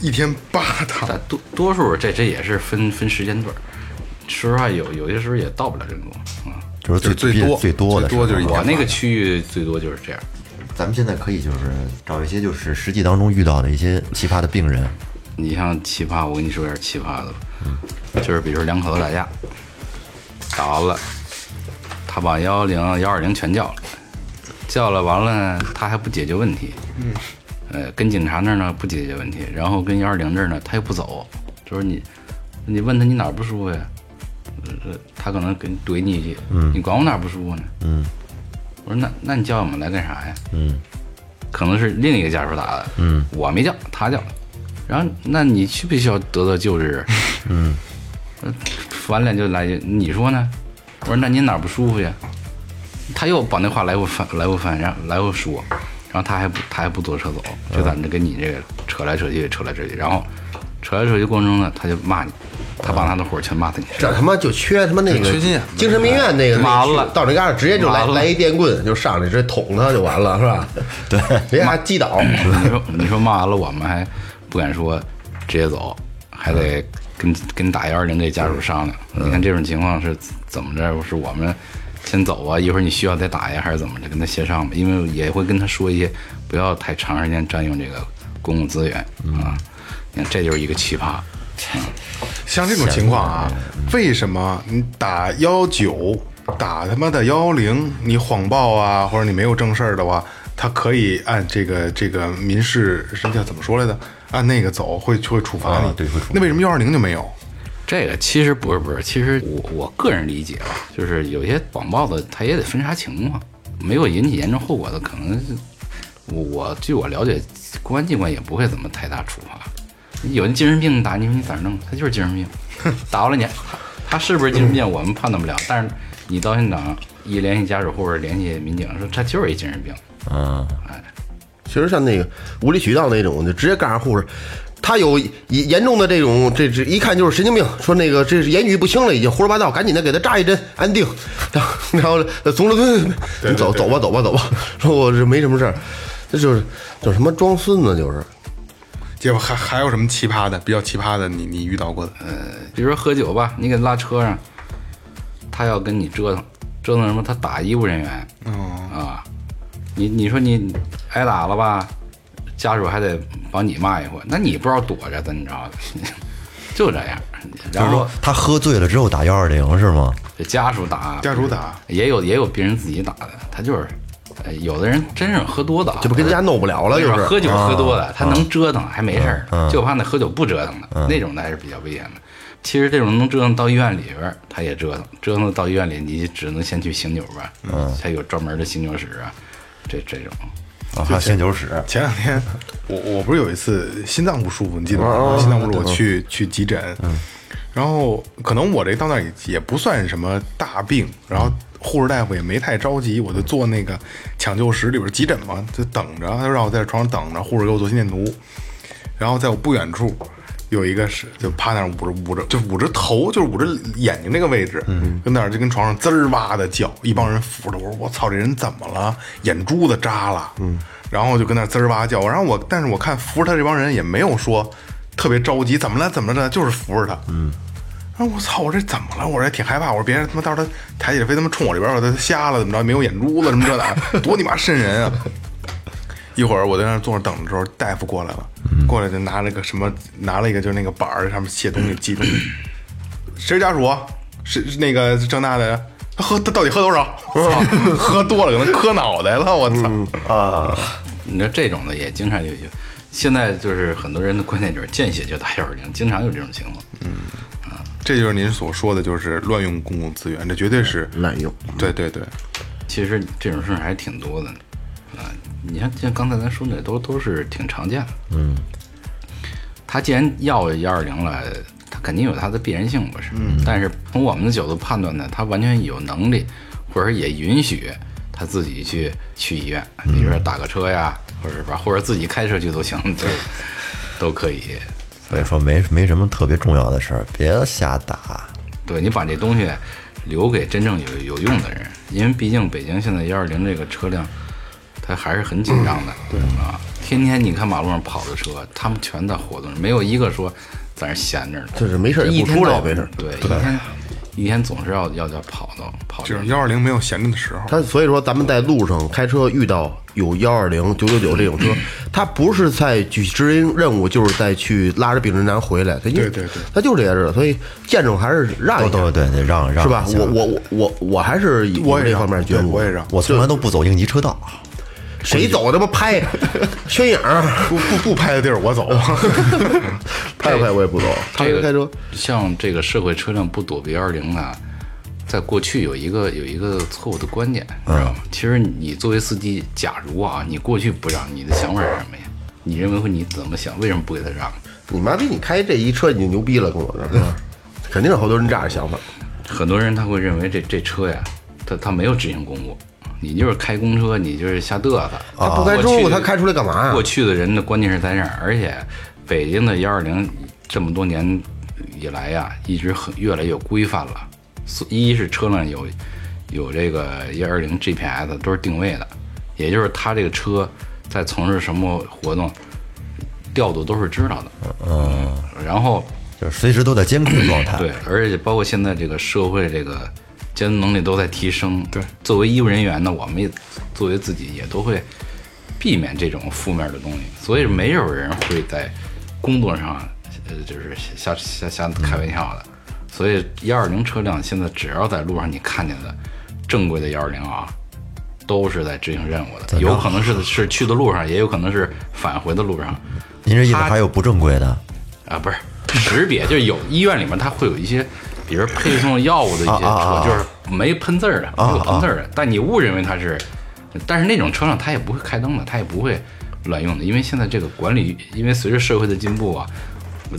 [SPEAKER 4] 一天八趟，
[SPEAKER 5] 但多多数这这也是分分时间段儿。说实话，有有些时候也到不了这么多啊。
[SPEAKER 2] 就是
[SPEAKER 4] 就是
[SPEAKER 2] 最
[SPEAKER 4] 最多
[SPEAKER 2] 最多的
[SPEAKER 4] 最多
[SPEAKER 2] 时
[SPEAKER 4] 就
[SPEAKER 2] 候
[SPEAKER 4] 是一天
[SPEAKER 5] 我
[SPEAKER 4] 八
[SPEAKER 5] 那个区域最多就是这样，
[SPEAKER 2] 咱们现在可以就是找一些就是实际当中遇到的一些奇葩的病人，
[SPEAKER 5] 你像奇葩，我跟你说点奇葩的吧，
[SPEAKER 4] 嗯
[SPEAKER 5] 就是比如说两口子打架，打完了，他把幺幺零、幺二零全叫了，叫了完了，他还不解决问题，嗯，呃，跟警察那儿呢不解决问题，然后跟幺二零这儿呢他又不走，就是你，你问他你哪儿不舒服呀？呃，他可能跟怼你一句，嗯，你管我哪儿不舒服呢？嗯，我说那那你叫我们来干啥呀？可能是另一个家属打的，嗯，我没叫，他叫，然后那你需不需要得到救治？嗯，翻脸就来一句，你说呢？我说那您哪儿不舒服呀？他又把那话来回翻，来回翻，然后来回说，然后他还不他还不坐车走，就在那跟你这个扯来扯去，扯来扯去，然后扯来扯去过程中呢，他就骂你，他把他的火全骂在你身上
[SPEAKER 3] 这。他妈就缺他妈那个
[SPEAKER 4] 缺心眼
[SPEAKER 3] 精神病院那个
[SPEAKER 5] 麻
[SPEAKER 3] 那个
[SPEAKER 5] 了
[SPEAKER 3] 区到那嘎达直接就来
[SPEAKER 5] 麻了
[SPEAKER 3] 来一电棍就上去直接捅他就完了是吧？对， 直接把他击倒。
[SPEAKER 5] 你说 你说骂完了，我们还不敢说直接走，还得跟跟打幺二零这家属商量。你看这种情况是怎么着？是我们先走啊，一会儿你需要再打呀，还是怎么着？跟他协商吧，因为也会跟他说一些不要太长时间占用这个公共资源啊。你看这就是一个奇葩，啊
[SPEAKER 4] 像这种情况啊，为什么你打幺九，打他妈的幺幺零，你谎报啊，或者你没有正事儿的话，他可以按这个这个民事什么叫怎么说来的，按那个走会会处罚你，
[SPEAKER 2] 啊对会处罚
[SPEAKER 4] 那为什么幺二零就没有？
[SPEAKER 5] 这个其实不是不是，其实我我个人理解吧，就是有些谎报的他也得分啥情况，没有引起严重后果的，可能是我我据我了解，公安机关也不会怎么太大处罚。有人精神病打你，你咋弄？他就是精神病，打完了你还，他是不是精神病我们判断不了，但是你到现场一联系家属或者联系民警说他就是一精神病，
[SPEAKER 2] 嗯，
[SPEAKER 3] 其实像那个无理取闹那种，就直接告诉护士，他有严严重的这种，这这一看就是神经病，说那个这是言语不清了，已经胡说八道，赶紧的给他扎一针安定，然后然后呃从了蹲，你走走吧走吧走吧，说我这没什么事儿，这就是就是什么装孙子就是。
[SPEAKER 4] 结果还还有什么奇葩的，比较奇葩的你你遇到过的？
[SPEAKER 5] 比如说喝酒吧，你给他拉车上，他要跟你折腾，折腾什么？他打医务人员，啊，你你说你挨打了吧，家属还得把你骂一回，那你不知道躲着的，你知道吧？ 就这样，
[SPEAKER 2] 就
[SPEAKER 5] 然
[SPEAKER 2] 是
[SPEAKER 5] 后
[SPEAKER 2] 说他喝醉了之后打幺二零是吗？
[SPEAKER 5] 这家属打，
[SPEAKER 4] 家属打
[SPEAKER 5] 也有也有病人自己打的，他就是，呃有的人真是喝多的啊，
[SPEAKER 3] 这不跟人家弄不了了，就是啊嗯
[SPEAKER 5] 喝酒喝多了，他能折腾还没事儿，就怕那喝酒不折腾的那种，那还是比较危险的。其实这种能折腾到医院里边儿，他也折腾，折腾到医院里，你只能先去醒酒吧，嗯，才有专门的醒酒室啊，这这种。
[SPEAKER 2] 啊，还有醒酒室，
[SPEAKER 4] 前两天 我我不是有一次心脏不舒服，你记得吗？心脏不舒服，我嗯去去急诊，然后可能我这到那儿也也不算什么大病，然后护士大夫也没太着急，我就坐那个抢救室里边急诊嘛，就等着，他就让我在床上等着，护士给我做心电图，然后在我不远处有一个是就趴那儿捂着捂着就捂着头，就是捂着眼睛那个位置，跟那儿就跟床上滋儿哇的叫，一帮人扶着我，我操，这人怎么了？眼珠子扎了，嗯，然后就跟那儿滋儿哇叫，然后我但是我看扶着他这帮人也没有说特别着急，怎么了怎么了，就是扶着他，嗯。然后我操！我这怎么了？我这挺害怕。我说别人他妈到时候他抬起来非他妈冲我这边儿，我他瞎了怎么着？没有眼珠子什么这的，多你妈瘆人啊！一会儿我在那儿坐着等的时候，大夫过来了，
[SPEAKER 3] 嗯
[SPEAKER 4] 过来就拿了个什么，拿了一个就是那个板儿，上面写东西记东西。谁是家属？啊是是那个郑大的？他喝他到底喝多少？ 喝多了可能磕脑袋了，我操！
[SPEAKER 3] 嗯
[SPEAKER 5] 你知道这种的也经常有，有现在就是很多人的观念就是见血就打幺二零，经常有这种情况。
[SPEAKER 4] 这就是您所说的，就是乱用公共资源，这绝对是
[SPEAKER 3] 哎滥用。嗯
[SPEAKER 4] 对对对，
[SPEAKER 5] 其实这种事儿还挺多的呢啊、你看，像刚才咱说的都都是挺常见的。嗯，他既然要幺二零了，他肯定有他的必然性，不是？嗯。但是从我们的角度判断呢，他完全有能力，或者也允许他自己去去医院，比如说打个车呀，或者是吧，或者自己开车去都行，对，都可以。
[SPEAKER 2] 所以说没没什么特别重要的事儿，别瞎打。
[SPEAKER 5] 对你把这东西留给真正有有用的人，因为毕竟北京现在幺二零这个车辆，它还是很紧张的，
[SPEAKER 3] 嗯
[SPEAKER 5] 对啊，天天你看马路上跑的车，他们全在活动，没有一个说在那儿闲着的，
[SPEAKER 3] 就是没事儿
[SPEAKER 5] 一
[SPEAKER 3] 也不
[SPEAKER 5] 天
[SPEAKER 3] 出来
[SPEAKER 5] 到
[SPEAKER 3] 没事儿
[SPEAKER 5] 对，一天一天总是要要要跑到跑
[SPEAKER 4] 就是
[SPEAKER 5] 动
[SPEAKER 4] 幺二零没有闲着的时候。
[SPEAKER 3] 他所以说，咱们在路上开车遇到有幺二零、九九九这种
[SPEAKER 4] 嗯
[SPEAKER 3] 车，他不是在去执行任务，就是在去拉着病人男回来。他
[SPEAKER 4] 对对对，
[SPEAKER 3] 他就这些事儿，所以见着还是
[SPEAKER 2] 对
[SPEAKER 3] 让一下，
[SPEAKER 2] 哦对对，得让让
[SPEAKER 3] 哎是吧
[SPEAKER 2] 一？下
[SPEAKER 3] 我我我我我还是有
[SPEAKER 4] 我也
[SPEAKER 3] 这
[SPEAKER 4] 让
[SPEAKER 3] 方面觉
[SPEAKER 4] 对
[SPEAKER 3] 悟，
[SPEAKER 4] 我也让
[SPEAKER 2] 我从来都不走应急车道，
[SPEAKER 3] 谁走他妈拍 宣影儿，
[SPEAKER 4] 不不不拍的地儿我走，
[SPEAKER 3] 拍不拍我也不走，他
[SPEAKER 5] 这
[SPEAKER 3] 是
[SPEAKER 5] 个
[SPEAKER 3] 开车。
[SPEAKER 5] 像这个社会车辆不躲避幺二零啊，在过去有一个有一个错误的观念，知道吗？其实你作为司机，假如啊，你过去不让，你的想法是什么呀？你认为会你怎么想？为什么不给他让？
[SPEAKER 3] 你妈逼，你开这一车你就牛逼了，跟我这儿是吧？肯定有好多人这样的想法。
[SPEAKER 5] 很多人他会认为这这车呀，他他没有执行公务，你就是开公车，你就是瞎嘚瑟。
[SPEAKER 3] 他不开公路，
[SPEAKER 5] 过去
[SPEAKER 3] 他开出来干嘛呀
[SPEAKER 5] 过？去的人的观念是在这儿，而且北京的幺二零这么多年以来呀，一直很越来越规范了。所一是车辆有有这个幺二零 GPS 都是定位的，也就是他这个车在从事什么活动调度都是知道的。嗯，然后
[SPEAKER 2] 就是随时都在监控状态。
[SPEAKER 5] 对，而且包括现在这个社会这个监督能力都在提升。对，作为医务人员呢，我们也作为自己也都会避免这种负面的东西，所以没有人会在工作上呃就是瞎瞎瞎开玩笑的。所以幺二零车辆现在只要在路上你看见的正规的幺二零啊。都是在执行任务的，有可能是是去的路上，也有可能是返回的路上。
[SPEAKER 2] 您这意思还有不正规的
[SPEAKER 5] 啊，不是识别，就是有医院里面它会有一些，比如配送药物的一些车，就是没喷字儿的，没有喷字儿的，但你误认为它是，但是那种车上它也不会开灯的，它也不会乱用的，因为现在这个管理，因为随着社会的进步啊。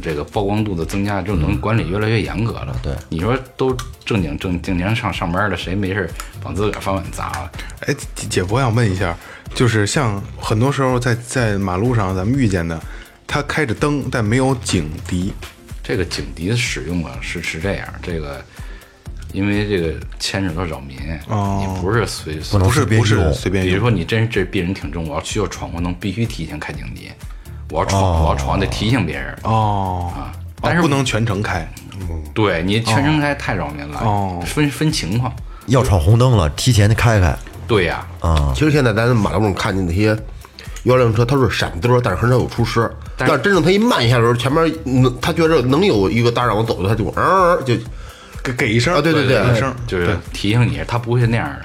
[SPEAKER 5] 这个曝光度的增加，这种管理越来越严格了。对，你说都正经正正经上上班的，谁没事儿往自个儿饭碗砸啊了？
[SPEAKER 4] 哎，姐姐夫，我想问一下，就是像很多时候在在马路上咱们遇见的，他开着灯但没有警笛，
[SPEAKER 5] 这个警笛的使用啊，是是这样，这个因为这个牵扯到扰民，
[SPEAKER 4] 哦
[SPEAKER 5] 你不是随不
[SPEAKER 2] 不能
[SPEAKER 4] 不是
[SPEAKER 2] 随便
[SPEAKER 4] 不是
[SPEAKER 2] 用
[SPEAKER 4] 随便
[SPEAKER 5] 比
[SPEAKER 4] 用
[SPEAKER 5] 如说你真是这病人挺重，我要需要闯红灯，必须提前开警笛，我要闯，我要闯得提醒别人。
[SPEAKER 4] 哦
[SPEAKER 5] 啊但
[SPEAKER 4] 但
[SPEAKER 5] 是
[SPEAKER 4] 是不能全程开，
[SPEAKER 5] 对你全程开太扰民了，
[SPEAKER 4] 哦
[SPEAKER 5] 分分情况。
[SPEAKER 2] 要闯红灯了，提前开开
[SPEAKER 5] 对呀、
[SPEAKER 2] 啊！
[SPEAKER 3] 其实现在咱马路上看见那些幺辆车，它是闪灯，但是很少有出师。
[SPEAKER 5] 但是
[SPEAKER 3] 但真正他一慢一下的时候，前面能他觉着能有一个搭让我走的，他就嗯、就
[SPEAKER 4] 给给一声
[SPEAKER 3] 啊对对对
[SPEAKER 4] 给一声
[SPEAKER 5] 呃就是提醒你，他不会那样的。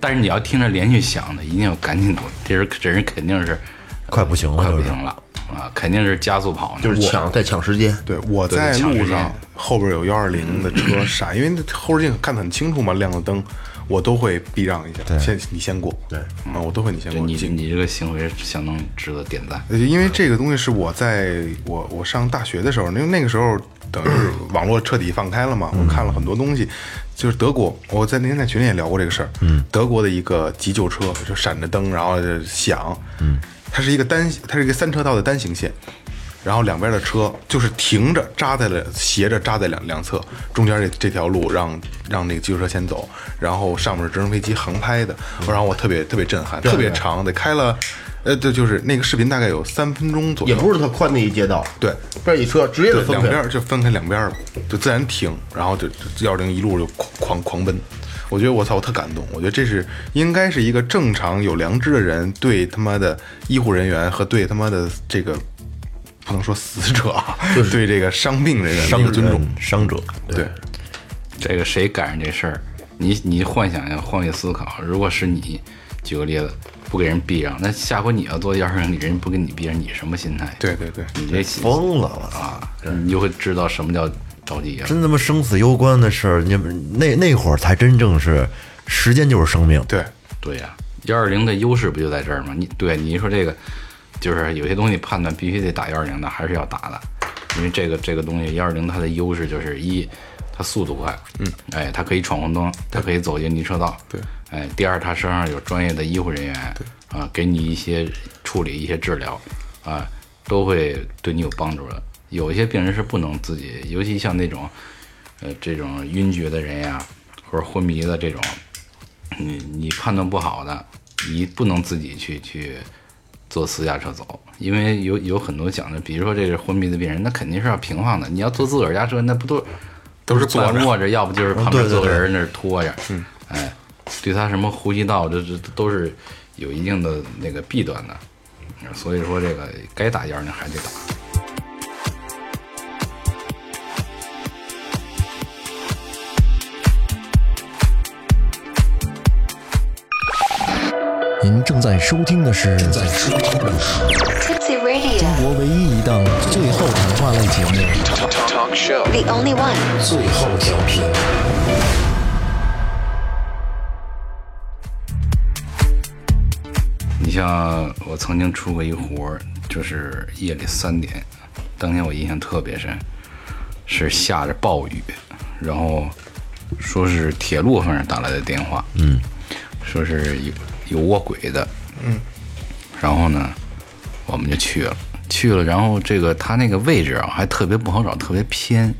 [SPEAKER 5] 但是你要听着连续响的，一定要赶紧躲，这人这人肯定是
[SPEAKER 2] 快不行了
[SPEAKER 5] 快不
[SPEAKER 2] 就是
[SPEAKER 5] 行了啊，肯定是加速跑呢。
[SPEAKER 3] 就是抢在抢时间。
[SPEAKER 4] 对，我在
[SPEAKER 5] 抢
[SPEAKER 4] 路
[SPEAKER 5] 时间
[SPEAKER 4] 上后边有幺二零的车闪，因为那后视镜看得很清楚嘛，亮的灯，我都会避让一下，先你先过，对啊，我都会你先
[SPEAKER 5] 对
[SPEAKER 4] 过，
[SPEAKER 5] 你
[SPEAKER 4] 警
[SPEAKER 5] 你这个行为相当值得点赞。
[SPEAKER 4] 呃，因为这个东西是我在我我上大学的时候，因为那个时候等于是网络彻底放开了嘛，我看了很多东西，就是德国，我在那天在群里也聊过这个事儿，嗯，德国的一个急救车就闪着灯，然后就响，嗯，它是一个单，它是一个三车道的单行线，然后两边的车就是停着扎在了斜着扎在两两侧，中间这这条路让让那个急救车先走，然后上面是直升飞机航拍的，然后我特别特别震撼，特别长，得开了，呃，对，就是那个视频大概有三分钟左右，
[SPEAKER 3] 也不是特宽的一街道，
[SPEAKER 4] 对，
[SPEAKER 3] 这一车直接就
[SPEAKER 4] 对，
[SPEAKER 3] 分
[SPEAKER 4] 两
[SPEAKER 3] 开
[SPEAKER 4] 边
[SPEAKER 3] 了。
[SPEAKER 4] 儿就分开两边儿了，就自然停，然后就幺零一路就狂狂狂奔。我觉得我操，我特感动。我觉得这是应该是一个正常有良知的人对他妈的医护人员和对他妈的这个不能说死者啊，对这个伤病人员的一个尊重。
[SPEAKER 2] 伤者，
[SPEAKER 4] 对，
[SPEAKER 5] 这个谁赶上这事儿，你你幻想一下，换位思考，如果是你，举个例子，不给人避让，那下回你要做幺二零，人不给你避让，你什么心态？，
[SPEAKER 4] 对对对，
[SPEAKER 5] 你这心
[SPEAKER 2] 疯了！我操，
[SPEAKER 5] 啊，你就会知道什么叫着急啊。
[SPEAKER 2] 真他妈生死攸关的事儿，你们那那会儿才真正是时间就是生命。
[SPEAKER 4] 对
[SPEAKER 5] 对呀、幺二零的优势不就在这儿吗？你对你一说这个，就是有些东西判断必须得打幺二零的，还是要打的，因为这个这个东西幺二零它的优势就是一，它速度快，嗯，哎，它可以闯红灯，它可以走进泥车道，
[SPEAKER 4] 对，
[SPEAKER 5] 哎，第二它身上有专业的医护人员，啊，给你一些处理一些治疗，啊，都会对你有帮助的。有一些病人是不能自己，尤其像那种，呃，这种晕厥的人呀、或者昏迷的这种，你你判断不好的，你不能自己去去坐私家车走，因为有有很多讲的，比如说这是昏迷的病人，那肯定是要平放的。你要坐自个儿家车，那不都
[SPEAKER 4] 都是坐
[SPEAKER 5] 半
[SPEAKER 4] 着
[SPEAKER 5] 卧着，要不就是旁
[SPEAKER 2] 对
[SPEAKER 5] 边
[SPEAKER 2] 对
[SPEAKER 5] 坐个
[SPEAKER 2] 对
[SPEAKER 5] 人那儿拖着，嗯，哎，对他什么呼吸道这这都是有一定的那个弊端的，所以说这个该打幺二零还得打。
[SPEAKER 7] 您正在收听的是正在收听的是
[SPEAKER 8] Tipsy Radio,
[SPEAKER 7] 中国唯一一档最后谈话类节目《
[SPEAKER 8] the only one.
[SPEAKER 7] 最后调频》。
[SPEAKER 5] 你像我曾经出过一活儿，就是夜里三点，当天我印象特别深，是下着暴雨，然后说是铁路方面打来的电话，嗯，说是有有卧轨的，嗯，然后呢，我们就去了，去了，然后这个他那个位置啊，还特别不好找，特别偏，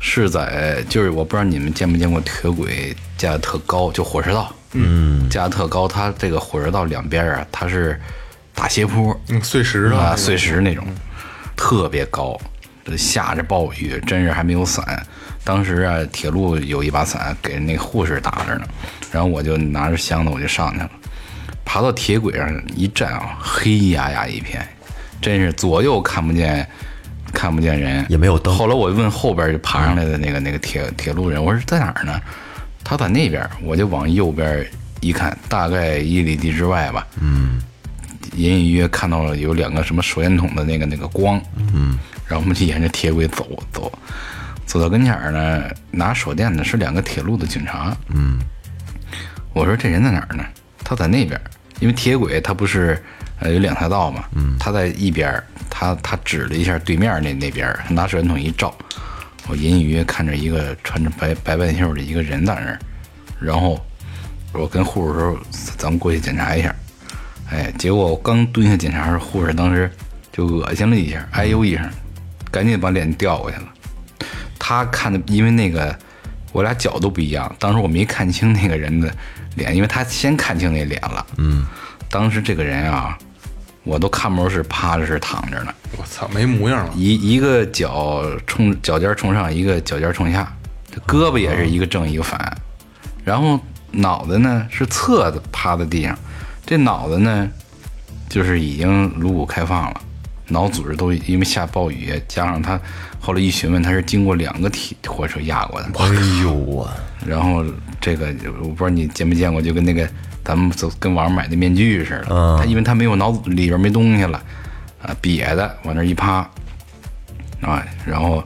[SPEAKER 5] 是在就是我不知道你们见没见过铁轨架得特高，就火车道，嗯，架得特高，它这个火车道两边啊，它是大斜坡，
[SPEAKER 4] 嗯，碎石头
[SPEAKER 5] 啊，碎石那种，特别高。这下着暴雨，真是还没有伞。当时啊，铁路有一把伞给那护士打着呢，然后我就拿着箱子我就上去了，爬到铁轨上一站啊，黑压压一片，真是左右看不见，看不见人，
[SPEAKER 2] 也没有灯
[SPEAKER 5] 后来我问后边爬上来的那个那个铁铁路人，我说在哪儿呢？他在那边，我就往右边一看，大概一里地之外吧。隐隐约约看到了有两个什么手电筒的那个那个光，嗯，然后我们就沿着铁轨走走，走到跟前儿呢，拿手电的是两个铁路的警察，嗯，我说这人在哪儿呢？他在那边儿，因为铁轨它不是呃有两条道嘛，嗯，他在一边儿，他他指了一下对面儿那那边儿，他拿手电筒一照，我隐隐约约看着一个穿着白白半袖的一个人在那儿，然后我跟护士说，咱们过去检查一下。哎，结果我刚蹲下检查时，护士当时就恶心了一下，哎呦一声，赶紧把脸调过去了。他看的，因为那个我俩脚都不一样，当时我没看清那个人的脸，因为他先看清那脸了。嗯，当时这个人啊，我都看不出是趴着是躺着呢，
[SPEAKER 4] 我操，没模样了。
[SPEAKER 5] 一一个脚冲脚尖冲上，一个脚尖冲下，这胳膊也是一个正一个反，然后脑袋呢是侧的趴在地上，这脑子呢就是已经颅骨开放了，脑组织都因为下暴雨，加上他后来一询问，他是经过两个铁火车压过的，
[SPEAKER 2] 哎呦我，
[SPEAKER 5] 然后这个我不知道你见没见过，就跟那个咱们走跟网上买的面具似的，
[SPEAKER 2] 嗯
[SPEAKER 5] 他因为他没有脑子里边没东西了，啊，瘪的往那儿一趴，啊，然后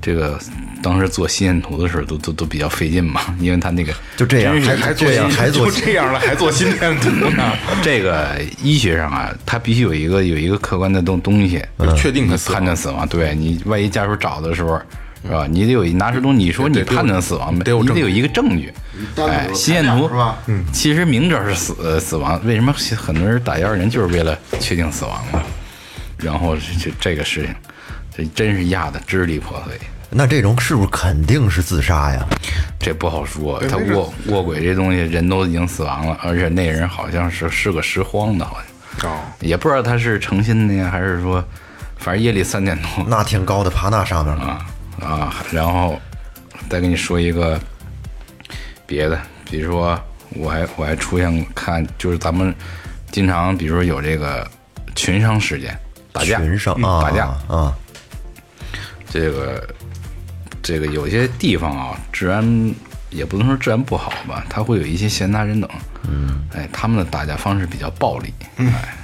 [SPEAKER 5] 这个当时做心电图的时候都都都比较费劲嘛，因为他那个
[SPEAKER 2] 就这样，
[SPEAKER 5] 真是
[SPEAKER 2] 还还
[SPEAKER 5] 一
[SPEAKER 2] 这样，还做
[SPEAKER 4] 就这样了，还做心电图呢？
[SPEAKER 5] 这个医学上啊，它必须有一个有一个客观的东东西，
[SPEAKER 4] 嗯确定他
[SPEAKER 5] 你
[SPEAKER 4] 死亡
[SPEAKER 5] 判断死亡。对你万一家属找的时候，是吧？你得有一拿出东西，你说你
[SPEAKER 4] 对对
[SPEAKER 5] 判断死亡，
[SPEAKER 4] 得有
[SPEAKER 5] 你
[SPEAKER 4] 证据
[SPEAKER 5] 得有一个证据。哎，心电图是吧？嗯，其实明知道是死呃死亡，为什么很多人打幺二零就是为了确定死亡呢？然后这这这个事情，这真是压得支离破碎。
[SPEAKER 2] 那这种是不是肯定是自杀呀？
[SPEAKER 5] 这不好说，
[SPEAKER 4] 对
[SPEAKER 5] 他
[SPEAKER 4] 没事
[SPEAKER 5] 卧卧轨这东西，人都已经死亡了，而且那人好像是是个拾荒的，好像。
[SPEAKER 4] 哦，
[SPEAKER 5] 也不知道他是诚心的呀，还是说，反正夜里三点多
[SPEAKER 2] 那挺高的，爬那上面了，
[SPEAKER 5] 啊啊，然后再跟你说一个别的，比如说我还我还出现过看，就是咱们经常比如说有这个群伤事件，打架
[SPEAKER 2] 群上
[SPEAKER 5] 嗯
[SPEAKER 2] 啊，
[SPEAKER 5] 打架，
[SPEAKER 2] 啊，
[SPEAKER 5] 这个这个有些地方啊，治安也不能说治安不好吧，他会有一些闲杂人等，嗯，哎，他们的打架方式比较暴力，嗯，哎，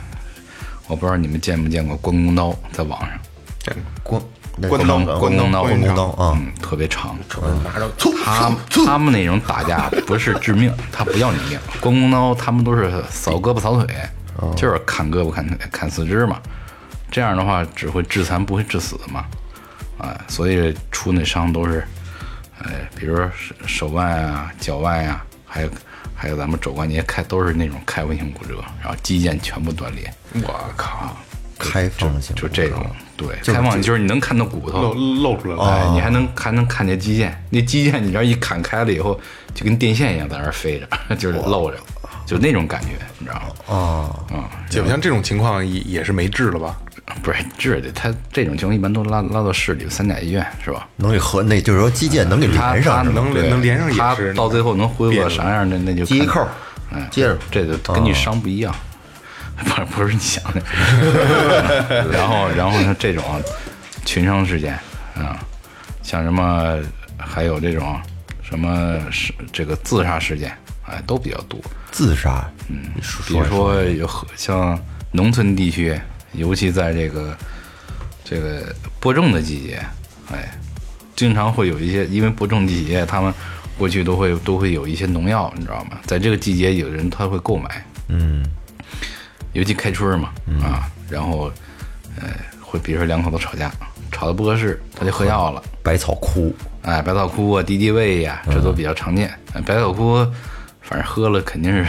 [SPEAKER 5] 我不知道你们见没见过关公刀在网上，
[SPEAKER 4] 这
[SPEAKER 2] 光那
[SPEAKER 4] 关灯
[SPEAKER 2] 刀
[SPEAKER 4] 关灯
[SPEAKER 5] 刀
[SPEAKER 4] 关
[SPEAKER 2] 关
[SPEAKER 4] 云
[SPEAKER 2] 公刀
[SPEAKER 4] 长，
[SPEAKER 2] 啊，
[SPEAKER 5] 嗯，特别长。
[SPEAKER 3] 拿着粗
[SPEAKER 5] 他他们那种打架不是致命，他不要你命。关公刀他们都是扫胳膊扫腿，
[SPEAKER 3] 哦
[SPEAKER 5] 就是砍胳膊砍腿砍四肢嘛。这样的话只会致残不会致死嘛。啊，所以出那伤都是，呃，比如说手手腕啊、脚腕啊，还有还有咱们肘关节开都是那种开放性骨折，然后肌腱全部断裂，啊
[SPEAKER 4] 我靠，
[SPEAKER 2] 开放性
[SPEAKER 5] 就这种。对，
[SPEAKER 2] 就是
[SPEAKER 5] 开放性就是你能看到骨头，
[SPEAKER 4] 露露出来
[SPEAKER 2] 哦
[SPEAKER 4] 了，
[SPEAKER 5] 哎，你还能还能看见肌腱，那肌腱你这一砍开了以后，就跟电线一样在那儿飞着， 就是露着，就那种感觉，你知道吗？
[SPEAKER 2] 啊，
[SPEAKER 4] 姐夫，像这种情况也也是没治了吧？
[SPEAKER 5] 不是治的，他这种情况一般都拉拉到市里三甲医院是吧？
[SPEAKER 2] 能给合那就是说肌腱能给
[SPEAKER 5] 他
[SPEAKER 2] 连
[SPEAKER 5] 他
[SPEAKER 2] 上是吧？
[SPEAKER 4] 能
[SPEAKER 5] 对
[SPEAKER 4] 能连上也
[SPEAKER 5] 他
[SPEAKER 4] 是
[SPEAKER 5] 到最后能恢复到啥样的那就
[SPEAKER 3] 系一
[SPEAKER 5] 看
[SPEAKER 3] 扣，
[SPEAKER 5] 哎，
[SPEAKER 3] 接着哦
[SPEAKER 5] 这就跟你伤不一样，不是不是你想 的。然后然后像这种群伤事件啊，像什么还有这种什么是这个自杀事件，哎，都比较多。
[SPEAKER 2] 自杀，
[SPEAKER 5] 嗯比如说有河像农村地区，尤其在这个这个播种的季节，哎，经常会有一些，因为播种季节，他们过去都会都会有一些农药，你知道吗？在这个季节，有人他会购买，嗯尤其开春嘛，啊，然后呃，会比如说两口子吵架，吵得不合适，他就喝药了。
[SPEAKER 2] 百草枯，
[SPEAKER 5] 哎，百草枯啊、敌敌畏呀、这都比较常见。哎百草枯，反正喝了肯定是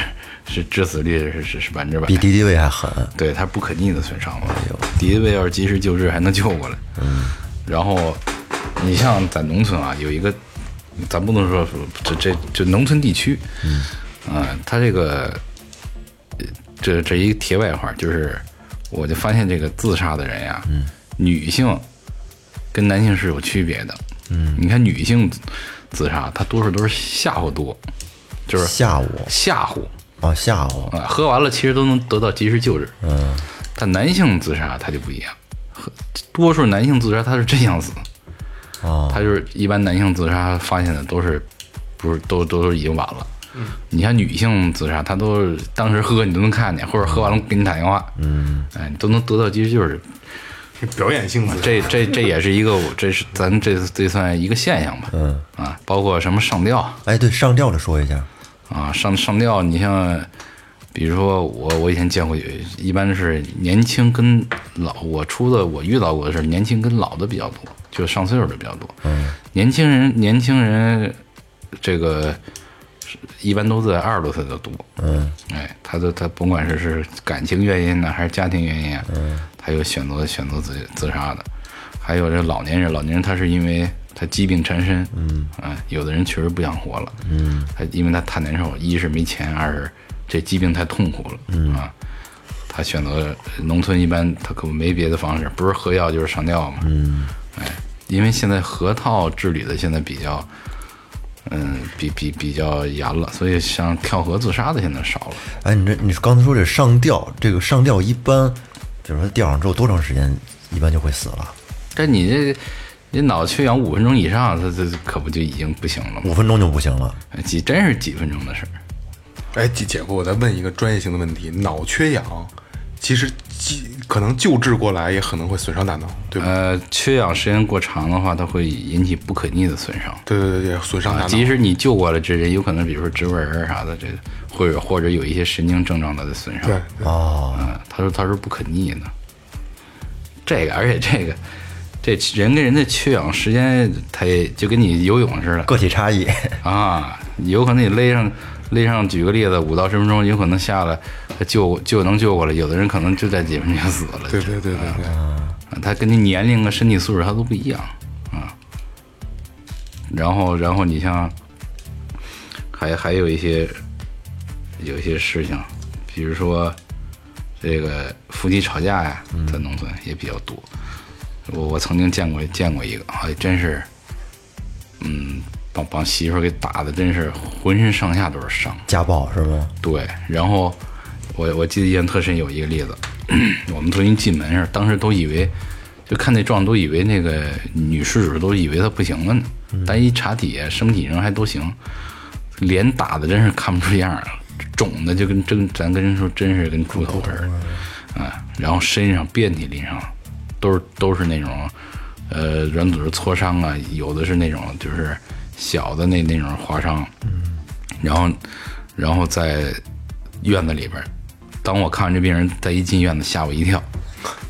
[SPEAKER 5] 是致死率是是是百分之百，
[SPEAKER 2] 比敌敌畏还狠，
[SPEAKER 5] 对它不可逆的损伤嘛。敌敌畏要是及时救治，还能救过来。哎嗯，然后你像在农村啊，有一个，咱不能说这这这农村地区，嗯，啊、它这个呃这这一个题外话，就是我就发现这个自杀的人呀、嗯，女性跟男性是有区别的。嗯，你看女性自自杀，她多数都是吓唬多，就是
[SPEAKER 2] 吓唬
[SPEAKER 5] 吓唬，
[SPEAKER 2] 啊吓唬，
[SPEAKER 5] 啊，喝完了其实都能得到及时救治。嗯，但男性自杀他就不一样，喝多数男性自杀他是真想死。
[SPEAKER 2] 哦，
[SPEAKER 5] 他就是一般男性自杀发现的都是不是都都都已经晚了。你像女性自杀，她都是当时喝你都能看见，或者喝完了给你打电话，嗯，哎，你都能得到及时救治。
[SPEAKER 4] 表演性质，
[SPEAKER 5] 这这这也是一个，我这是咱这这算一个现象吧，嗯啊，包括什么上吊，
[SPEAKER 2] 哎对，上吊的说一下，
[SPEAKER 5] 啊，上上吊，你像，比如说我，我以前见过有，一般是年轻跟老，我出的我遇到过的是年轻跟老的比较多，就上岁数的比较多。嗯，年轻人，年轻人，这个是一般都在二十多岁的多。嗯，哎，他的他甭管是是感情原因呢，还是家庭原因啊，他有选择选择自自杀的。还有这老年人，老年人他是因为他疾病缠身，嗯，啊，有的人确实不想活了，嗯，他因为他太难受，一是没钱，二是这疾病太痛苦了，嗯啊，他选择农村一般他可没别的方式，不是喝药就是上吊嘛，嗯，哎，因为现在河套治理的现在比较，嗯，比比比较严了，所以像跳河自杀的现在少了。
[SPEAKER 2] 哎你这你刚才说这上吊，这个上吊一般，比如说吊上之后多长时间一般就会死了？
[SPEAKER 5] 但你这你脑缺氧五分钟以上，他这可不就已经不行了吗？
[SPEAKER 2] 五分钟就不行了，
[SPEAKER 5] 几真是几分钟的事儿。
[SPEAKER 4] 哎，姐姐夫，我再问一个专业性的问题：脑缺氧，其实机可能救治过来，也可能会损伤大脑，对吧？
[SPEAKER 5] 呃，缺氧时间过长的话，它会引起不可逆的损伤。
[SPEAKER 4] 对对对，也损伤大
[SPEAKER 5] 啊，
[SPEAKER 4] 脑。
[SPEAKER 5] 即使你救过来这人，有可能比如说植纹儿啥的，这或者或者有一些神经症状的损伤。
[SPEAKER 4] 对，
[SPEAKER 2] 哦，
[SPEAKER 5] 啊，他说他说不可逆的。这个，而且这个，这人跟人的缺氧时间，它也就跟你游泳似的，
[SPEAKER 2] 个体差异，
[SPEAKER 5] 啊，有可能你勒上勒上，举个例子，五到十分钟，有可能下来他救救能救过来，有的人可能就在几分钟就死了。
[SPEAKER 4] 对对对对对，
[SPEAKER 5] 啊，他跟你年龄啊、身体素质他都不一样啊。然后，然后你像还还有一些有一些事情，比如说这个夫妻吵架呀，在农村也比较多。我我曾经见过见过一个，还真是，嗯，把把媳妇儿给打的，真是浑身上下都是伤。
[SPEAKER 2] 家暴是吗？
[SPEAKER 5] 对，然后我我记得印象特深有一个例子， 我们重新进门时，当时都以为就看那状都以为那个女事主都以为她不行了呢，但一查体身体上还都行，脸打的真是看不出样儿了，肿的就跟真咱跟人说真是跟猪头似的，啊，然后身上遍体鳞伤，都是都是那种呃，软组织挫伤啊，有的是那种就是小的那那种划伤，然后然后在院子里边儿，当我看完这病人再一进院子，吓我一跳，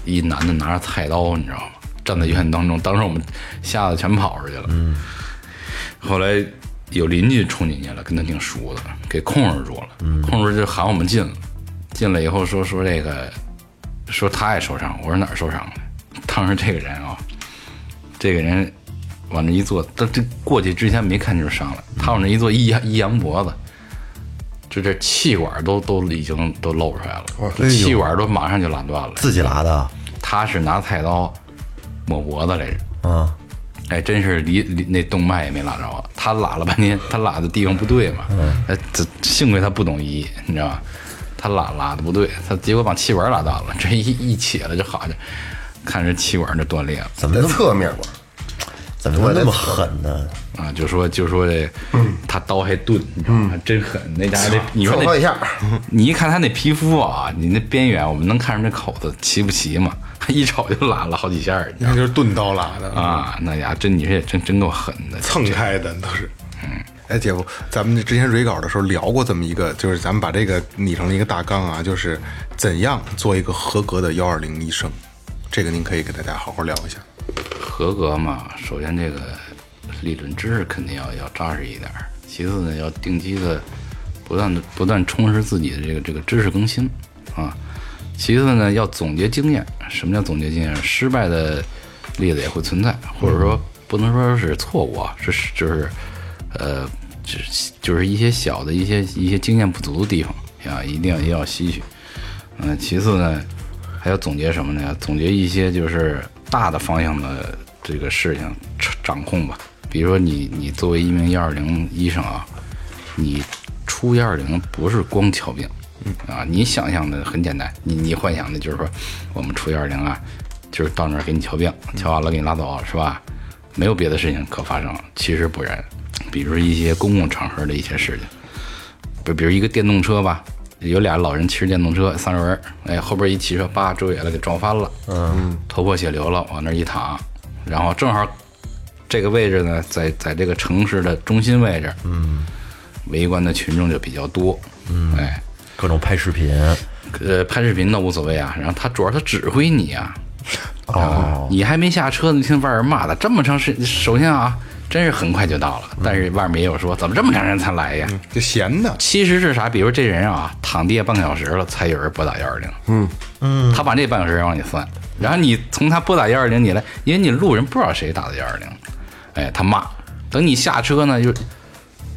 [SPEAKER 5] 一男的拿着菜刀，你知道吗？站在院子当中，当时我们吓得全跑出去了。嗯，后来有邻居冲进去了，跟他挺熟的，给控制住了，
[SPEAKER 2] 嗯
[SPEAKER 5] 控制住就喊我们进了，进来以后说说这个，说他也受伤，我说哪儿受伤了？当时这个人啊，这个人往那一坐，他这过去之前没看就是伤了，
[SPEAKER 2] 嗯
[SPEAKER 5] 他往那一坐一扬一扬脖子，就这气管都都已经都露出来了，
[SPEAKER 2] 哎呦
[SPEAKER 5] 气管都马上就拉断了。
[SPEAKER 2] 自己拉的啊
[SPEAKER 5] 他是拿菜刀抹脖子来着，
[SPEAKER 2] 啊，
[SPEAKER 5] 哎，真是离离那动脉也没拉着啊。他拉了半天， 他拉的地方不对嘛，
[SPEAKER 3] 嗯
[SPEAKER 5] 哎，这幸亏他不懂医，你知道吧？他拉拉的不对，他结果把气管拉断了，这一一起来就好着，看着气管就断裂了
[SPEAKER 2] 怎么
[SPEAKER 6] 在
[SPEAKER 2] 那么
[SPEAKER 6] 侧面吧，
[SPEAKER 2] 怎么那么狠呢？
[SPEAKER 5] 啊！就说就说这，他刀还钝，你知道
[SPEAKER 3] 嗯
[SPEAKER 5] 吗？还真狠，那家伙这你说
[SPEAKER 3] 蹭
[SPEAKER 5] 那
[SPEAKER 3] 他一下，
[SPEAKER 5] 你一看他那皮肤啊，你那边缘我们能看出那口子齐不齐嘛？ 一瞅就拉了好几下儿，你知道
[SPEAKER 4] 那
[SPEAKER 5] 吗
[SPEAKER 4] 就是钝刀拉的，
[SPEAKER 5] 啊，那家伙真你这也真真够狠的，
[SPEAKER 4] 蹭开的都是。
[SPEAKER 5] 嗯
[SPEAKER 4] 哎，姐夫，咱们之前蕊稿的时候聊过这么一个，就是咱们把这个拟成了一个大纲啊，就是怎样做一个合格的幺二零医生，这个您可以给大家好好聊一下。
[SPEAKER 5] 合格嘛，首先这个理论知识肯定要要扎实一点儿，其次呢要定期的不断的不断充实自己的这个这个知识更新啊，其次呢要总结经验。什么叫总结经验？失败的例子也会存在，或者说不能说是错误啊，是是就是呃，就是就是一些小的一些一些经验不足的地方啊，一定要也要吸取。嗯，其次呢，还要总结什么呢？总结一些就是大的方向的这个事情掌掌控吧。比如说你你作为一名幺二零医生啊，你出幺二零不是光瞧病，啊，你想象的很简单，你你幻想的就是说我们出幺二零啊，就是到那儿给你瞧病，瞧完了给你拉走，是吧？没有别的事情可发生，其实不然。比如一些公共场合的一些事情，比比如一个电动车吧，有俩老人骑着电动车，三轮儿，哎，后边一骑车，叭，周远了给撞翻了，嗯，头破血流了，往那儿一躺，然后正好这个位置呢，在在这个城市的中心位置，嗯，围观的群众就比较多，嗯，哎，
[SPEAKER 2] 各种拍视频，
[SPEAKER 5] 呃，拍视频倒无所谓啊，然后他主要他指挥你啊，啊，你还没下车呢，就听外边骂的这么长时，首先啊，真是很快就到了，但是外面也有说怎么这么长时间才来呀，
[SPEAKER 4] 这闲的，
[SPEAKER 5] 其实是啥？比如这人啊，躺地下半个小时了，才有人拨打幺二零。嗯嗯，他把这半个小时往里算，然后你从他拨打幺二零你来，因为你路人不知道谁打的幺二零，哎，他骂。等你下车呢，就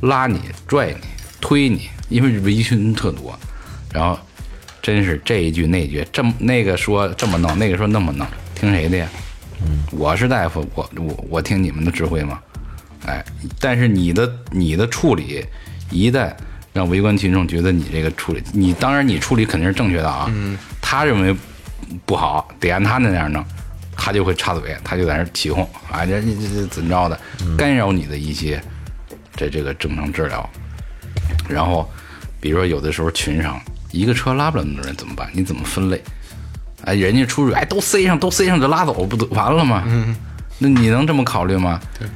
[SPEAKER 5] 拉你、拽你、推你，因为围裙特多，然后真是这一句那一句，这么那个说这么弄，那个说那么弄，听谁的呀？我是大夫，我我我听你们的指挥吗？哎，但是你的你的处理一旦让围观群众觉得你这个处理，你当然你处理肯定是正确的啊，他认为不好，得按他那样弄，他就会插嘴，他就在那儿起哄啊，这这这怎么着的，干扰你的一些这这个正常治疗。然后，比如说有的时候群上一个车拉不了那么多人怎么办？你怎么分类？哎，人家出去，哎，都塞上，都塞上就拉走，不都完了吗？嗯，那你能这么考虑吗？对，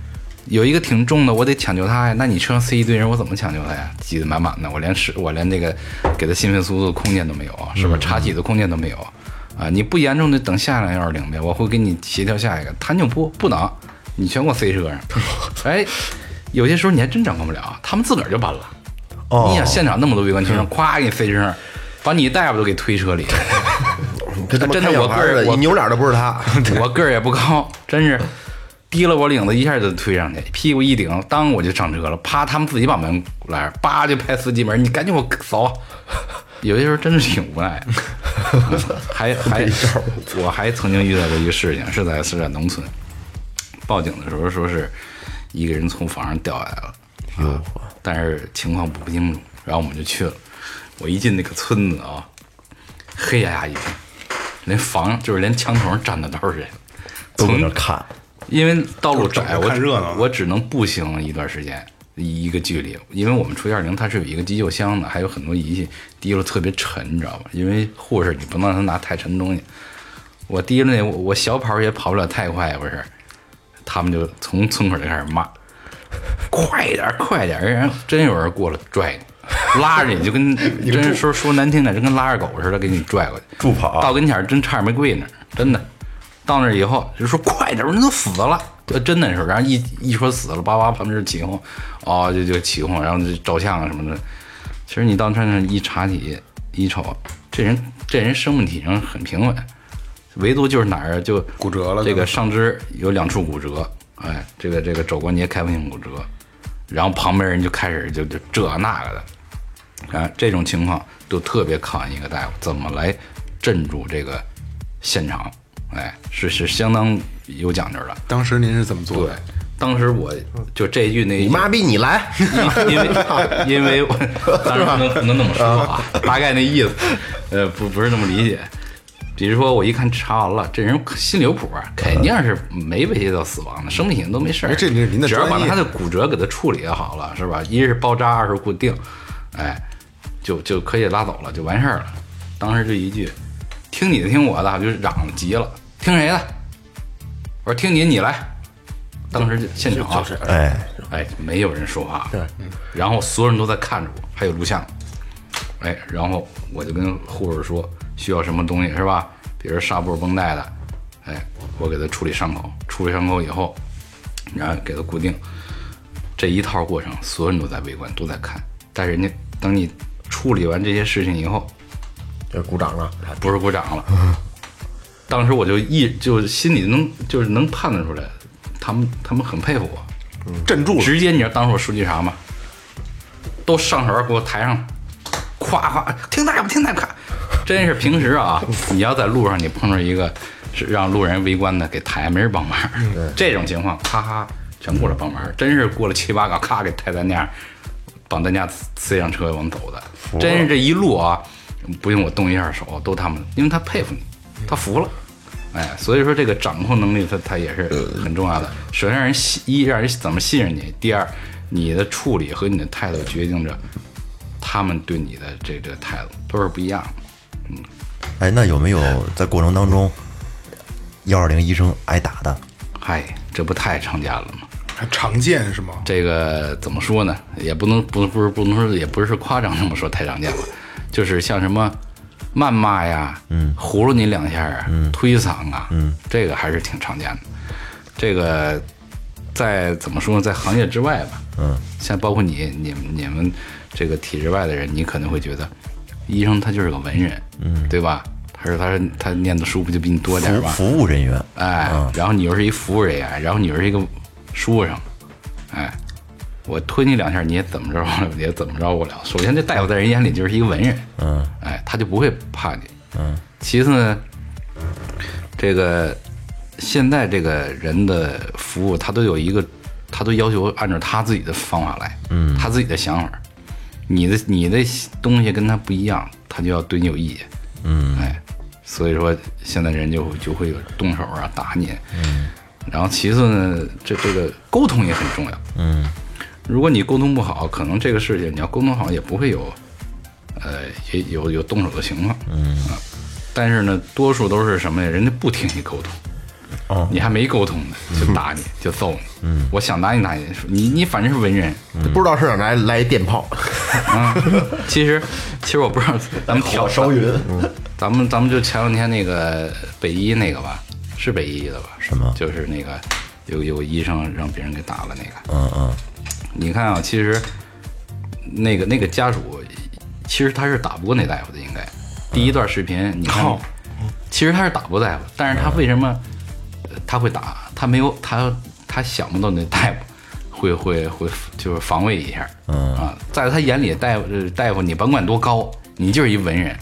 [SPEAKER 5] 有一个挺重的，我得抢救他呀。那你车上塞一堆人，我怎么抢救他呀？挤得满满的，我连是，我连那个给他心肺复苏的空间都没有，啊是不是？插气的空间都没有啊！你不严重的等下一辆幺二零呗，我会给你协调下一个。他就不不能，你全给我塞车 上。哎，有些时候你还真掌控不了，啊他们自个儿就搬了。
[SPEAKER 2] 哦
[SPEAKER 5] 你想现场那么多围观群众，咵给你塞车上，把你大夫都给推车里。
[SPEAKER 3] 跟他妈
[SPEAKER 5] 啊真的
[SPEAKER 3] 看小
[SPEAKER 5] 我
[SPEAKER 3] 孩
[SPEAKER 5] 个
[SPEAKER 3] 儿
[SPEAKER 5] 人
[SPEAKER 3] 似的，
[SPEAKER 5] 我
[SPEAKER 3] 一扭脸都不是他。
[SPEAKER 5] 我个儿也不高，真是提了我领子一下就推上去，屁股一顶，当我就上车了，啪，他们自己把门来着，叭就拍司机门，你赶紧给我走。 有些时候真是挺无奈的， 嗯还还我还曾经遇到过一个事情，是在是在农村，报警的时候说是一个人从房上掉下来了，啊，但是情况不清楚，然后我们就去了，我一进那个村子啊，黑压压一片，连房就是连墙头上站的都是人，
[SPEAKER 2] 都在
[SPEAKER 5] 从
[SPEAKER 2] 那看，
[SPEAKER 5] 因为道路窄，
[SPEAKER 4] 就
[SPEAKER 5] 我
[SPEAKER 4] 看热闹
[SPEAKER 5] 只我只能步行一段时间，一一个距离。因为我们出幺二零，它是有一个急救箱的，还有很多仪器，提溜特别沉，你知道吧？因为护士你不能让他拿太沉的东西。我提溜那我我小跑也跑不了太快，不是？他们就从村口就开始骂，快点儿，快点儿！然后真有人过来拽你， 拉 着你，就跟真是说说难听点，就跟拉着狗似的给你拽过去，
[SPEAKER 2] 助跑
[SPEAKER 5] 到跟前儿真差点没跪那儿，真的。到那儿以后就说快点儿，人都死了，就真的是。然后一一说死了，叭叭旁边就起哄，哦，就就起哄，然后就照相啊什么的。其实你到那儿一查体一瞅，这人这人生命体征很平稳，唯独就是哪儿就
[SPEAKER 4] 骨折了
[SPEAKER 5] 这
[SPEAKER 4] 可
[SPEAKER 5] 个
[SPEAKER 4] 能
[SPEAKER 5] 上肢有两处骨折，哎，这个这个肘关节开放性骨折，然后旁边人就开始就就这那个的，啊，这种情况就特别考验一个大夫怎么来镇住这个现场，哎，是是相当有讲究的。
[SPEAKER 4] 当时您是怎么做
[SPEAKER 5] 对
[SPEAKER 4] 的？，
[SPEAKER 5] 当时我就这句那
[SPEAKER 3] 你妈逼你来，
[SPEAKER 5] 因为因 为我当然不能不能那么说啊，大概那意思，呃，不不是那么理解。比如说，我一看查完了，这人心里有谱，啊肯定是没威胁到死亡的，生命险都没事儿。
[SPEAKER 4] 哎这是您的
[SPEAKER 5] 只要把
[SPEAKER 4] 专业
[SPEAKER 5] 他的骨折给他处理好了，是吧？一是包扎，二是固定，哎，就就可以拉走了，就完事儿了。当时就一句，听你的，听我的，我就嚷了急了，听谁的？我说听你，你来。当时就现场啊，
[SPEAKER 2] 哎，
[SPEAKER 5] 哎，没有人说话，对，然后所有人都在看着我，还有录像，哎，然后我就跟护士说需要什么东西是吧？比如纱布绷带的，哎，我给他处理伤口，处理伤口以后，然后给他固定，这一套过程，所有人都在围观，都在看，但是人家等你处理完这些事情以后，
[SPEAKER 6] 就鼓掌了。
[SPEAKER 5] 不是鼓掌了。当时我就一就心里能就是能判断出来，他们他们很佩服我，
[SPEAKER 4] 镇住了，
[SPEAKER 5] 直接你知道当时我说句啥吗？都上手给我抬上来，夸夸，听大夫，听大夫，看真是平时 啊，你要在路上你碰着一个是让路人围观的给抬，没人帮忙，
[SPEAKER 4] 嗯
[SPEAKER 5] 这种情况，哈哈，全过来帮忙，真是过了七八个，咔给抬担架，绑担架呲上车往走的，真是这一路啊，不用我动一下手，都他们，因为他佩服你，他服了。哎，所以说这个掌控能力它，它也是很重要的。首先让人信，一让人怎么信任你；第二，你的处理和你的态度决定着他们对你的这这个态度都是不一样的。
[SPEAKER 2] 哎，那有没有在过程当中，幺二零医生挨打的？
[SPEAKER 5] 嗨，这不太常见了吗？
[SPEAKER 4] 还常见是吗？
[SPEAKER 5] 这个怎么说呢？也不能不不是不能说，也不是夸张这么说，太常见了。就是像什么谩骂呀，嗯，葫芦你两下啊，嗯，推搡啊，嗯，这个还是挺常见的。这个在怎么说呢，在行业之外吧，嗯，像包括你、你们、你们这个体制外的人，你可能会觉得，医生他就是个文人，嗯，对吧？他说他是他念的书不就比你多点儿
[SPEAKER 2] 服
[SPEAKER 5] 吗？
[SPEAKER 2] 服务人员，
[SPEAKER 5] 哎，然后你又是一服务人员，然后你又是一个书生，哎，我推你两下，你也怎么着也怎么着不了。 首先，这大夫在人眼里就是一个文人，嗯，哎，他就不会怕你，嗯。其次呢，这个现在这个人的服务，他都有一个，他都要求按照他自己的方法来，嗯，他自己的想法，你的你的东西跟他不一样，他就要对你有意见，嗯，哎，所以说现在人就就会有动手啊打你，嗯，然后其次呢，这这个沟通也很重要，嗯，如果你沟通不好，可能这个事情你要沟通好也不会有，呃，也有有动手的情况，嗯啊，但是呢，多数都是什么呀？人家不听你沟通。
[SPEAKER 2] 哦
[SPEAKER 5] 你还没沟通 呢，就打你，就揍你。嗯，我想打你打你，你你反正是文人，
[SPEAKER 3] 不知道是哪来来一电炮，
[SPEAKER 5] 啊，其实其实我不知道，咱们挑
[SPEAKER 3] 嗯
[SPEAKER 5] 烧云，咱们咱们就前两天那个北医那个吧，是北医的吧？
[SPEAKER 2] 什么
[SPEAKER 5] 就是那个有有医生让别人给打了那个。
[SPEAKER 2] 嗯嗯，
[SPEAKER 5] 你看啊，其实那个那个家属，其实他是打不过那大夫的，应该。第一段视频你看，其实他是打不过大夫，但是他为什么呃他会打？他没有他他想不到那大夫 会会会就是防卫一下，嗯啊，在他眼里大夫呃大夫你甭管多高，你就是一文人，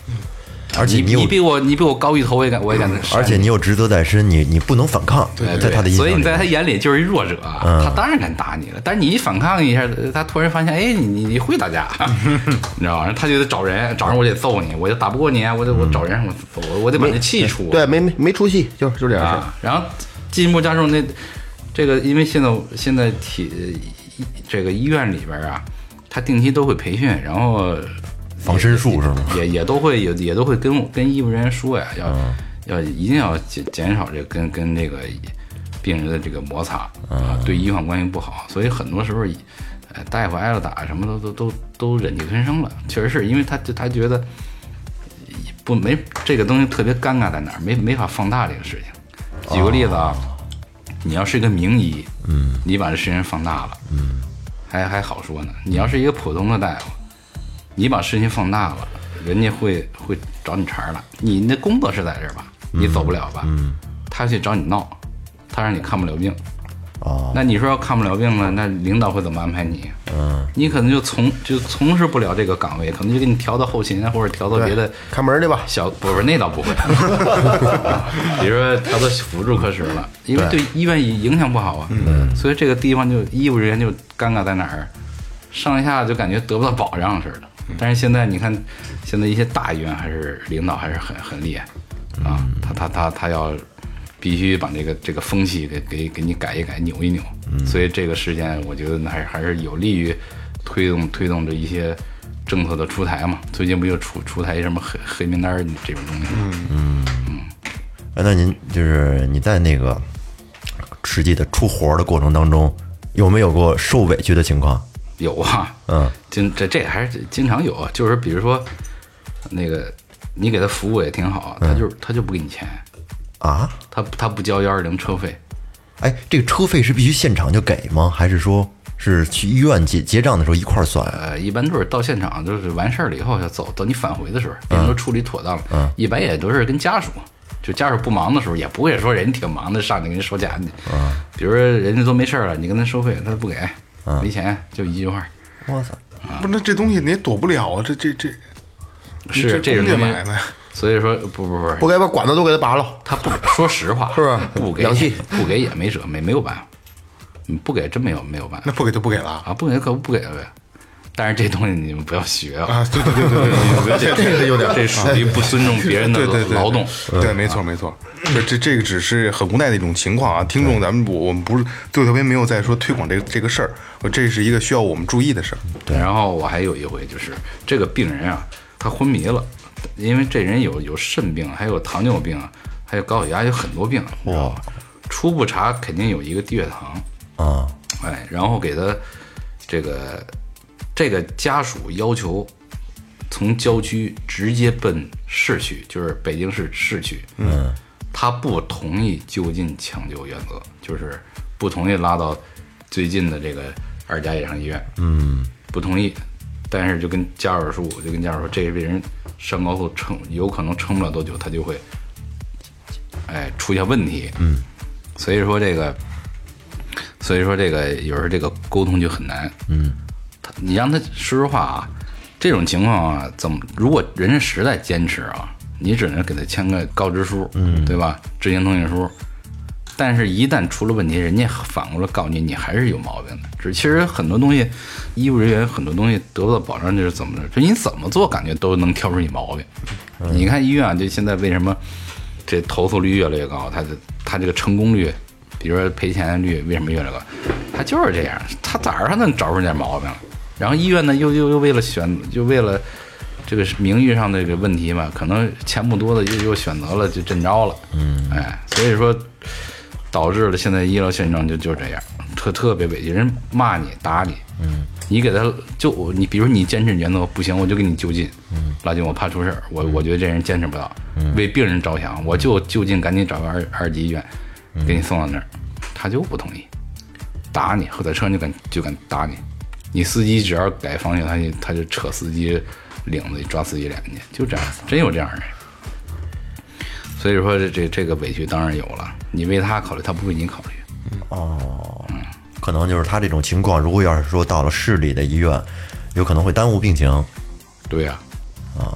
[SPEAKER 2] 而且
[SPEAKER 5] 你
[SPEAKER 2] 有嗯
[SPEAKER 5] 你比我你比我高一头，我也敢我也敢扇你，
[SPEAKER 2] 而且你有职责在身，你你不能反抗，在
[SPEAKER 5] 哎对
[SPEAKER 2] 他的印象
[SPEAKER 5] 所以
[SPEAKER 2] 里嗯
[SPEAKER 5] 你，在他眼里就是一弱者，啊他当然敢打你了。但是你一反抗一下，呃他突然发现，哎，你你你会打架，啊 你知道吗？他就得找人，找人我得揍你，我就打不过你，啊我得
[SPEAKER 2] 嗯
[SPEAKER 5] 我找人我我我得把你气出。
[SPEAKER 3] 对，没没没出息，就就这点事儿。
[SPEAKER 5] 啊，然后进一步加重那这个，因为现在现在体呃医这个医院里边啊，他定期都会培训，然后
[SPEAKER 2] 防身术是吗？
[SPEAKER 5] 也也都会也也都会跟我跟医务人员说呀，要、要一定要减减少这个跟跟这个病人的这个摩擦啊，对医患关系不好，所以很多时候，呃，大夫挨了打什么的都都都忍气吞声了，确实是因为他他觉得不没这个东西特别尴尬在哪儿，没没法放大这个事情。举个例子啊，你要是一个名医，嗯，你把这事情放大了，嗯，还还好说呢。你要是一个普通的大夫，你把事情放大了，人家会会找你茬儿了。你那工作是在这儿吧？你走不了吧？嗯，他去找你闹，他让你看不了病。
[SPEAKER 2] 哦，
[SPEAKER 5] 那你说要看不了病了，那领导会怎么安排你？嗯，你可能就从就从事不了这个岗位，可能就给你调到后勤啊，或者调到别的
[SPEAKER 3] 看门儿去吧。
[SPEAKER 5] 小不是那倒不会， 比如说调到辅助科室了，因为对医院影响不好啊，所以这个地方就医务人员就尴尬在哪儿，上下就感觉得不到保障似的。但是现在你看，现在一些大医院还是领导还是很很厉害啊，他他他他要必须把这个这个风气给给给你改一改，扭一扭。所以这个事件，我觉得还是还是有利于推动推动着一些政策的出台嘛。最近不又出出台什么黑黑名单儿这种东西吗？
[SPEAKER 2] 哎，那您就是你在那个实际的出活儿的过程当中，有没有过受委屈的情况？
[SPEAKER 5] 有啊，
[SPEAKER 2] 嗯，
[SPEAKER 5] 经这这还是经常有，啊就是比如说那个你给他服务也挺好，他就他就不给你钱，
[SPEAKER 2] 啊？
[SPEAKER 5] 他他不交幺二零车费，
[SPEAKER 2] 哎，这个车费是必须现场就给吗？还是说是去医院结结账的时候一块儿算啊？
[SPEAKER 5] 呃，一般都是到现场就是完事儿了以后要走，等你返回的时候，病人都处理妥当了，一般也都是跟家属。就家属不忙的时候，也不会说人挺忙的上去跟人收钱去。比如说人家都没事儿了，你跟他收费，他不给，没钱，就一句话。
[SPEAKER 2] 我操！
[SPEAKER 4] 不是，那这东西你也躲不了啊，这这这
[SPEAKER 5] 是
[SPEAKER 4] 这
[SPEAKER 5] 这种
[SPEAKER 4] 工业
[SPEAKER 5] 东西
[SPEAKER 4] 买卖，
[SPEAKER 5] 所以说不不不，
[SPEAKER 3] 不该把管子都给他拔了，
[SPEAKER 5] 他不说实话，
[SPEAKER 3] 是不是
[SPEAKER 5] 不给
[SPEAKER 3] 洋气
[SPEAKER 5] 不给也没辙，没没有办法，嗯不给真没有没有办法
[SPEAKER 4] 那不给就不给了啊
[SPEAKER 5] 啊，不给可不给了呗。但是这东西你们不要学啊，
[SPEAKER 4] 啊！对对对对对，
[SPEAKER 5] 这这有点，这属于不尊重别人的
[SPEAKER 4] 对对对，
[SPEAKER 5] 劳动。
[SPEAKER 4] 对，没错没错，这这这个只是很无奈的一种情况啊。听众，咱们我我们不是对特别没有在说推广这个这个事儿，我这是一个需要我们注意的事儿。
[SPEAKER 5] 然后我还有一回就是这个病人啊，他昏迷了，因为这人有有肾病，还有糖尿病，还有高血压，有很多病。哇，初步查肯定有一个低血糖。
[SPEAKER 2] 啊，
[SPEAKER 5] 哎，然后给他这个这个家属要求从郊区直接奔市区，就是北京市市区。嗯，他不同意就近抢救原则，就是不同意拉到最近的这个二甲以上医院。嗯，不同意，但是就跟家属说，我就跟家属说，这个病人上高后撑，有可能撑不了多久，他就会哎出现问题。嗯，所以说这个。所以说这个有时候这个沟通就很难。嗯，他你让他说实话啊，这种情况啊，怎么如果人家实在坚持啊，你只能给他签个告知书，嗯，对吧？知情同意书。但是，一旦出了问题，人家反过来告你，你还是有毛病的。只其实很多东西，医务人员很多东西得不到保障，就是怎么着，就你怎么做，感觉都能挑出你毛病。你看医院啊，就现在为什么这投诉率越来越高？它的它这个成功率，比如说赔钱率，为什么越来越高？它就是这样，它哪儿还能找出点毛病来？然后医院呢，又又又为了选，就为了这个是名誉上的这个问题嘛，可能钱不多的又又选择了就这么着了，嗯，哎，所以说导致了现在医疗现状就就这样，特特别委屈，人骂你打你，嗯，你给他就我你比如你坚持原则不行，我就给你就近，嗯，拉近我怕出事儿，我我觉得这人坚持不到，为病人着想，我就就近赶紧找个二二级医院，给你送到那儿，他就不同意，打你，后头车就敢就敢打你，你司机只要改方向，他就他就扯司机领子，抓司机脸去，就这样，真有这样人。所以说这这这个委屈当然有了，你为他考虑，他不为你考虑。
[SPEAKER 2] 可能就是他这种情况，如果要是说到了市里的医院，有可能会耽误病情。
[SPEAKER 5] 对呀、啊，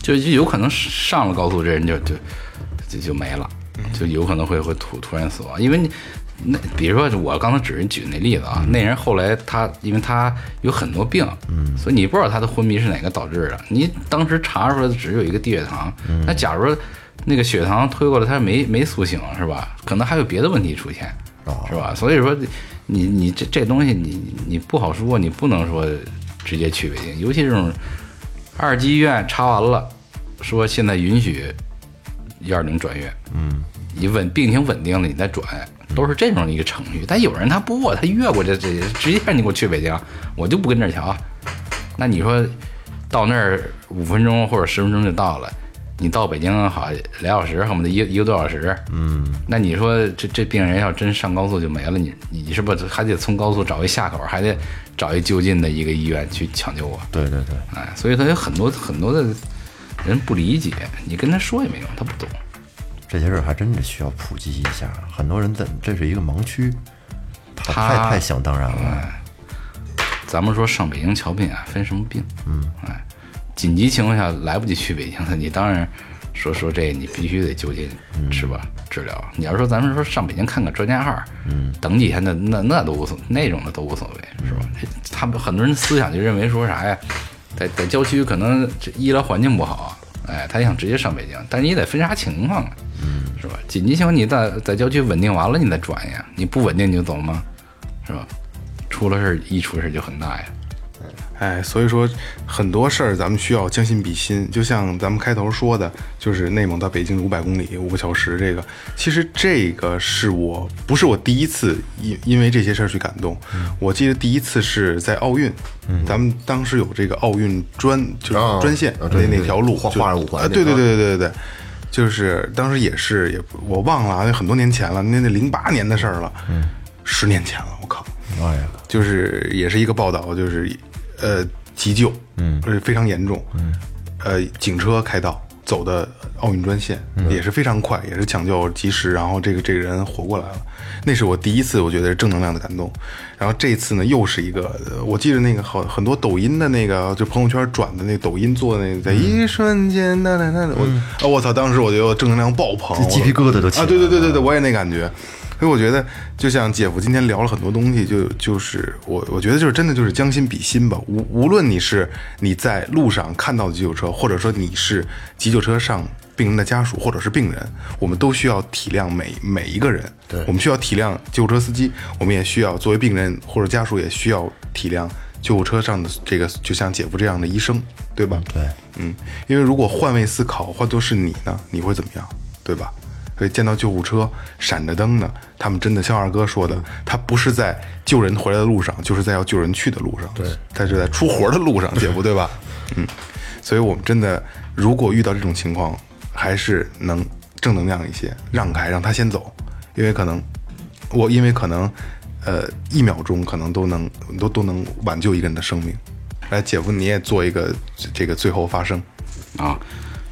[SPEAKER 5] 就就有可能上了高速，这人就就就就没了，就有可能会会突突然死亡，因为你。那比如说，我刚才只是举那例子啊，那人后来他，因为他有很多病，嗯，所以你不知道他的昏迷是哪个导致的。你当时查出来的只有一个低血糖，那假如那个血糖推过来，他没没苏醒是吧？可能还有别的问题出现，是吧？所以说你，你你这这东西你，你你不好说，你不能说直接去北京，尤其这种二级医院查完了，说现在允许幺二零转院，嗯，你稳病情稳定了，你再转，都是这种一个程序。但有人他不，他越过这这，直接你给我去北京，我就不跟这儿瞧。那你说到那儿五分钟或者十分钟就到了，你到北京好俩小时，恨不得一一个多小时。嗯，那你说这这病人要真上高速就没了，你你是不是还得从高速找一下口，还得找一就近的一个医院去抢救啊？
[SPEAKER 2] 对对对，
[SPEAKER 5] 哎，所以他有很多很多的人不理解，你跟他说也没用，他不懂。
[SPEAKER 2] 这些事儿还真是需要普及一下。很多人在这是一个盲区，太
[SPEAKER 5] 他
[SPEAKER 2] 太太想当然了。
[SPEAKER 5] 咱们说上北京瞧病啊，分什么病？嗯，哎，紧急情况下来不及去北京的，你当然说说这，你必须得就近是吧？治疗。你要说咱们说上北京看个专家号，嗯，等几天的那那都无所那种的都无所谓，是吧？这他们很多人思想就认为说啥呀，在在郊区可能这医疗环境不好，哎，他想直接上北京，但是你得分啥情况啊，是吧？紧急情况你在在郊区稳定完了，你再转呀，你不稳定你就走吗？是吧？出了事儿，一出事儿就很大呀。
[SPEAKER 4] 哎，所以说很多事儿咱们需要将心比心，就像咱们开头说的，就是内蒙到北京五百公里五个小时，这个其实这个是我不是我第一次因因为这些事儿去感动，
[SPEAKER 3] 嗯
[SPEAKER 4] 我记得第一次是在奥运，咱们当时有这个奥运专就是
[SPEAKER 3] 啊
[SPEAKER 4] 专线、
[SPEAKER 3] 啊
[SPEAKER 4] 那
[SPEAKER 3] 对对
[SPEAKER 4] 那条路
[SPEAKER 3] 画
[SPEAKER 4] 就
[SPEAKER 3] 画五环
[SPEAKER 4] 啊
[SPEAKER 3] 那
[SPEAKER 4] 对对
[SPEAKER 3] 条
[SPEAKER 4] 对对对对。就是当时也是也不我忘了啊，那很多年前了，那那零八年的事儿了，
[SPEAKER 3] 嗯
[SPEAKER 4] 十年前了，我靠，
[SPEAKER 2] 哎呀，
[SPEAKER 4] 就是也是一个报道，就是呃急救，嗯，非常严重，嗯，呃警车开道走的奥运专线、
[SPEAKER 2] 嗯
[SPEAKER 4] 也是非常快，也是抢救及时，然后这个这个人活过来了，那是我第一次我觉得正能量的感动。然后这次呢又是一个，呃我记得那个好很多抖音的那个就朋友圈转的那抖音做的那个，
[SPEAKER 2] 嗯
[SPEAKER 4] 在一瞬间那那那我啊我操，当时我就正能量爆棚，
[SPEAKER 2] 这鸡皮疙瘩都起来
[SPEAKER 4] 啊！对对对对对，我也那感觉。所以我觉得，就像姐夫今天聊了很多东西，就就是我我觉得就是真的就是将心比心吧。无无论你是你在路上看到的急救车，或者说你是急救车上病人的家属或者是病人，我们都需要体谅每每一个人。对，我们需要体谅救护车司机，我们也需要作为病人或者家属也需要体谅救护车上的这个，就像姐夫这样的医生，对吧？
[SPEAKER 2] 对，
[SPEAKER 4] 嗯，因为如果换位思考，换做是你呢，你会怎么样，对吧？所以见到救护车闪着灯呢，他们真的像二哥说的，他不是在救人回来的路上，就是在要救人去的路上，对，他是在出活的路上，姐夫对吧？嗯，所以我们真的如果遇到这种情况，还是能正能量一些，让开，让他先走，因为可能我因为可能呃一秒钟可能都能都都能挽救一个人的生命。来，姐夫你也做一个这个最后发声。
[SPEAKER 5] 啊。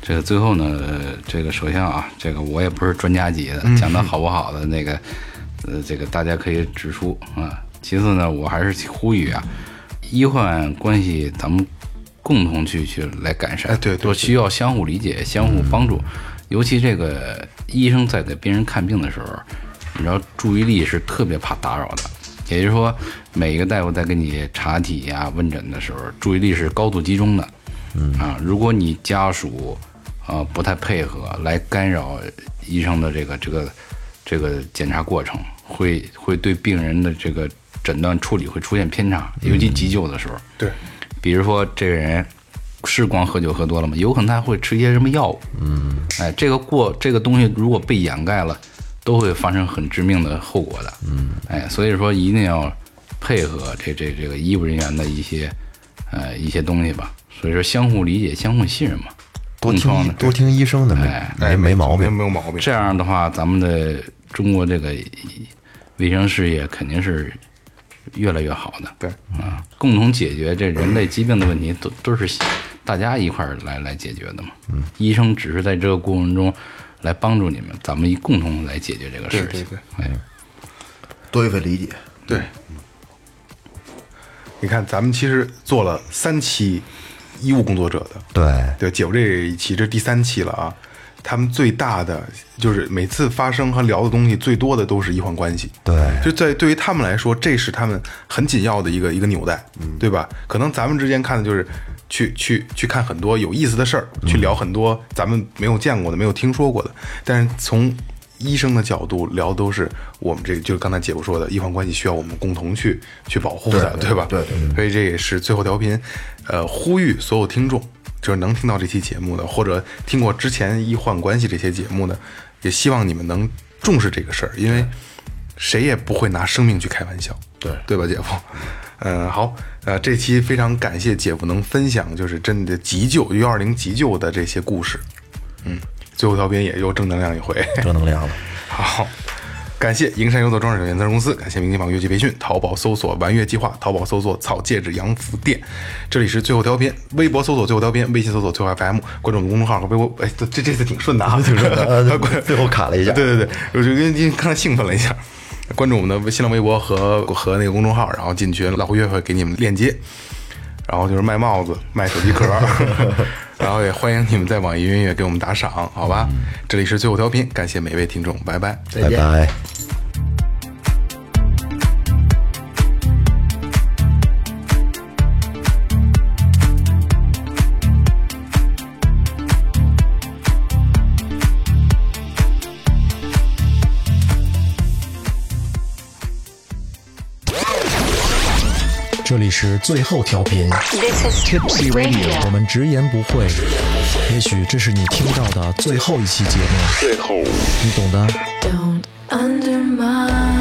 [SPEAKER 5] 这个最后呢，呃这个首先啊，这个我也不是专家级的，
[SPEAKER 4] 嗯
[SPEAKER 5] 讲的好不好的那个，呃，这个大家可以指出啊。其次呢，我还是呼吁啊，医患关系咱们共同去去来改善，
[SPEAKER 4] 哎对对
[SPEAKER 5] 多需要相互理解、相互帮助。尤其这个医生在给病人看病的时候，你知道注意力是特别怕打扰的，也就是说，每一个大夫在给你查体呀、问诊的时候，注意力是高度集中的。嗯啊，如果你家属啊、不太配合，来干扰医生的这个这个这个检查过程，会会对病人的这个诊断处理会出现偏差，尤其急救的时候。
[SPEAKER 4] 对，
[SPEAKER 5] 比如说这个人是光喝酒喝多了吗？有可能他会吃一些什么药物。嗯，哎，这个过这个东西如果被掩盖了，都会发生很致命的后果的。嗯，哎，所以说一定要配合这这这个医务人员的一些呃一些东西吧。所以说相互理解、相互信任嘛，
[SPEAKER 2] 多
[SPEAKER 5] 共创
[SPEAKER 2] 听医
[SPEAKER 5] 的
[SPEAKER 2] 多听医生的没
[SPEAKER 5] 哎
[SPEAKER 2] 没没毛病。
[SPEAKER 4] 没有毛病。
[SPEAKER 5] 这样的话，咱们的中国这个卫生事业肯定是越来越好的。
[SPEAKER 4] 对
[SPEAKER 5] 啊，共同解决这人类疾病的问题，都都是大家一块儿来来解决的嘛。嗯，医生只是在这个过程中来帮助你们，咱们一共同来解决这个事
[SPEAKER 4] 对
[SPEAKER 5] 情。
[SPEAKER 4] 对
[SPEAKER 5] 哎，
[SPEAKER 3] 多一份理解。
[SPEAKER 4] 对，嗯你看咱们其实做了三期医务工作者的，
[SPEAKER 2] 对，
[SPEAKER 4] 对，九这一期这是第三期了啊。他们最大的就是每次发生和聊的东西最多的都是医患关系，
[SPEAKER 2] 对
[SPEAKER 4] 就在对于他们来说，这是他们很紧要的一个一个纽带，对吧？可能咱们之间看的就是去去去看很多有意思的事儿，去聊很多咱们没有见过的、没有听说过的，但是从医生的角度聊，都是我们这个，就是刚才姐夫说的，医患关系需要我们共同去去保护的，对吧？对对。所以这也是最后调频，呃，呼吁所有听众，就是能听到这期节目的，或者听过之前医患关系这些节目的，也希望你们能重视这个事儿，因为谁也不会拿生命去开玩笑，对对吧，姐夫？嗯，好，呃，这期非常感谢姐夫能分享，就是真的急救幺二零急救的这些故事，嗯，最后调频也又正能量一回，
[SPEAKER 2] 正能量了。
[SPEAKER 4] 好，感谢营山优作装饰有限责任公司，感谢明天网乐器培训，淘宝搜索“玩乐计划”，淘宝搜索“草戒指洋服店”。这里是最后调频，微博搜索“最后调频”，微信搜索“最后 FM”，关注我们公众号和微博。哎，这这这次挺顺的 啊，挺顺
[SPEAKER 2] 呃最后卡了一下
[SPEAKER 4] 对对对，我就跟今刚才兴奋了一下。关注我们的新浪微博和和那个公众号，然后进群，老胡约会给你们链接。然后就是卖帽子、卖手机壳儿， 然后也欢迎你们在网易云音乐给我们打赏，好吧？
[SPEAKER 2] 嗯
[SPEAKER 4] 这里是最后调频，感谢每位听众，拜拜。
[SPEAKER 2] 拜拜。
[SPEAKER 7] 这里是最后调频
[SPEAKER 8] This is
[SPEAKER 7] Tipsy Radio，我
[SPEAKER 8] Radio.
[SPEAKER 7] 们直言不讳，也许这是你听到的最后一期节目，最后，你懂的。
[SPEAKER 9] Don't undermine.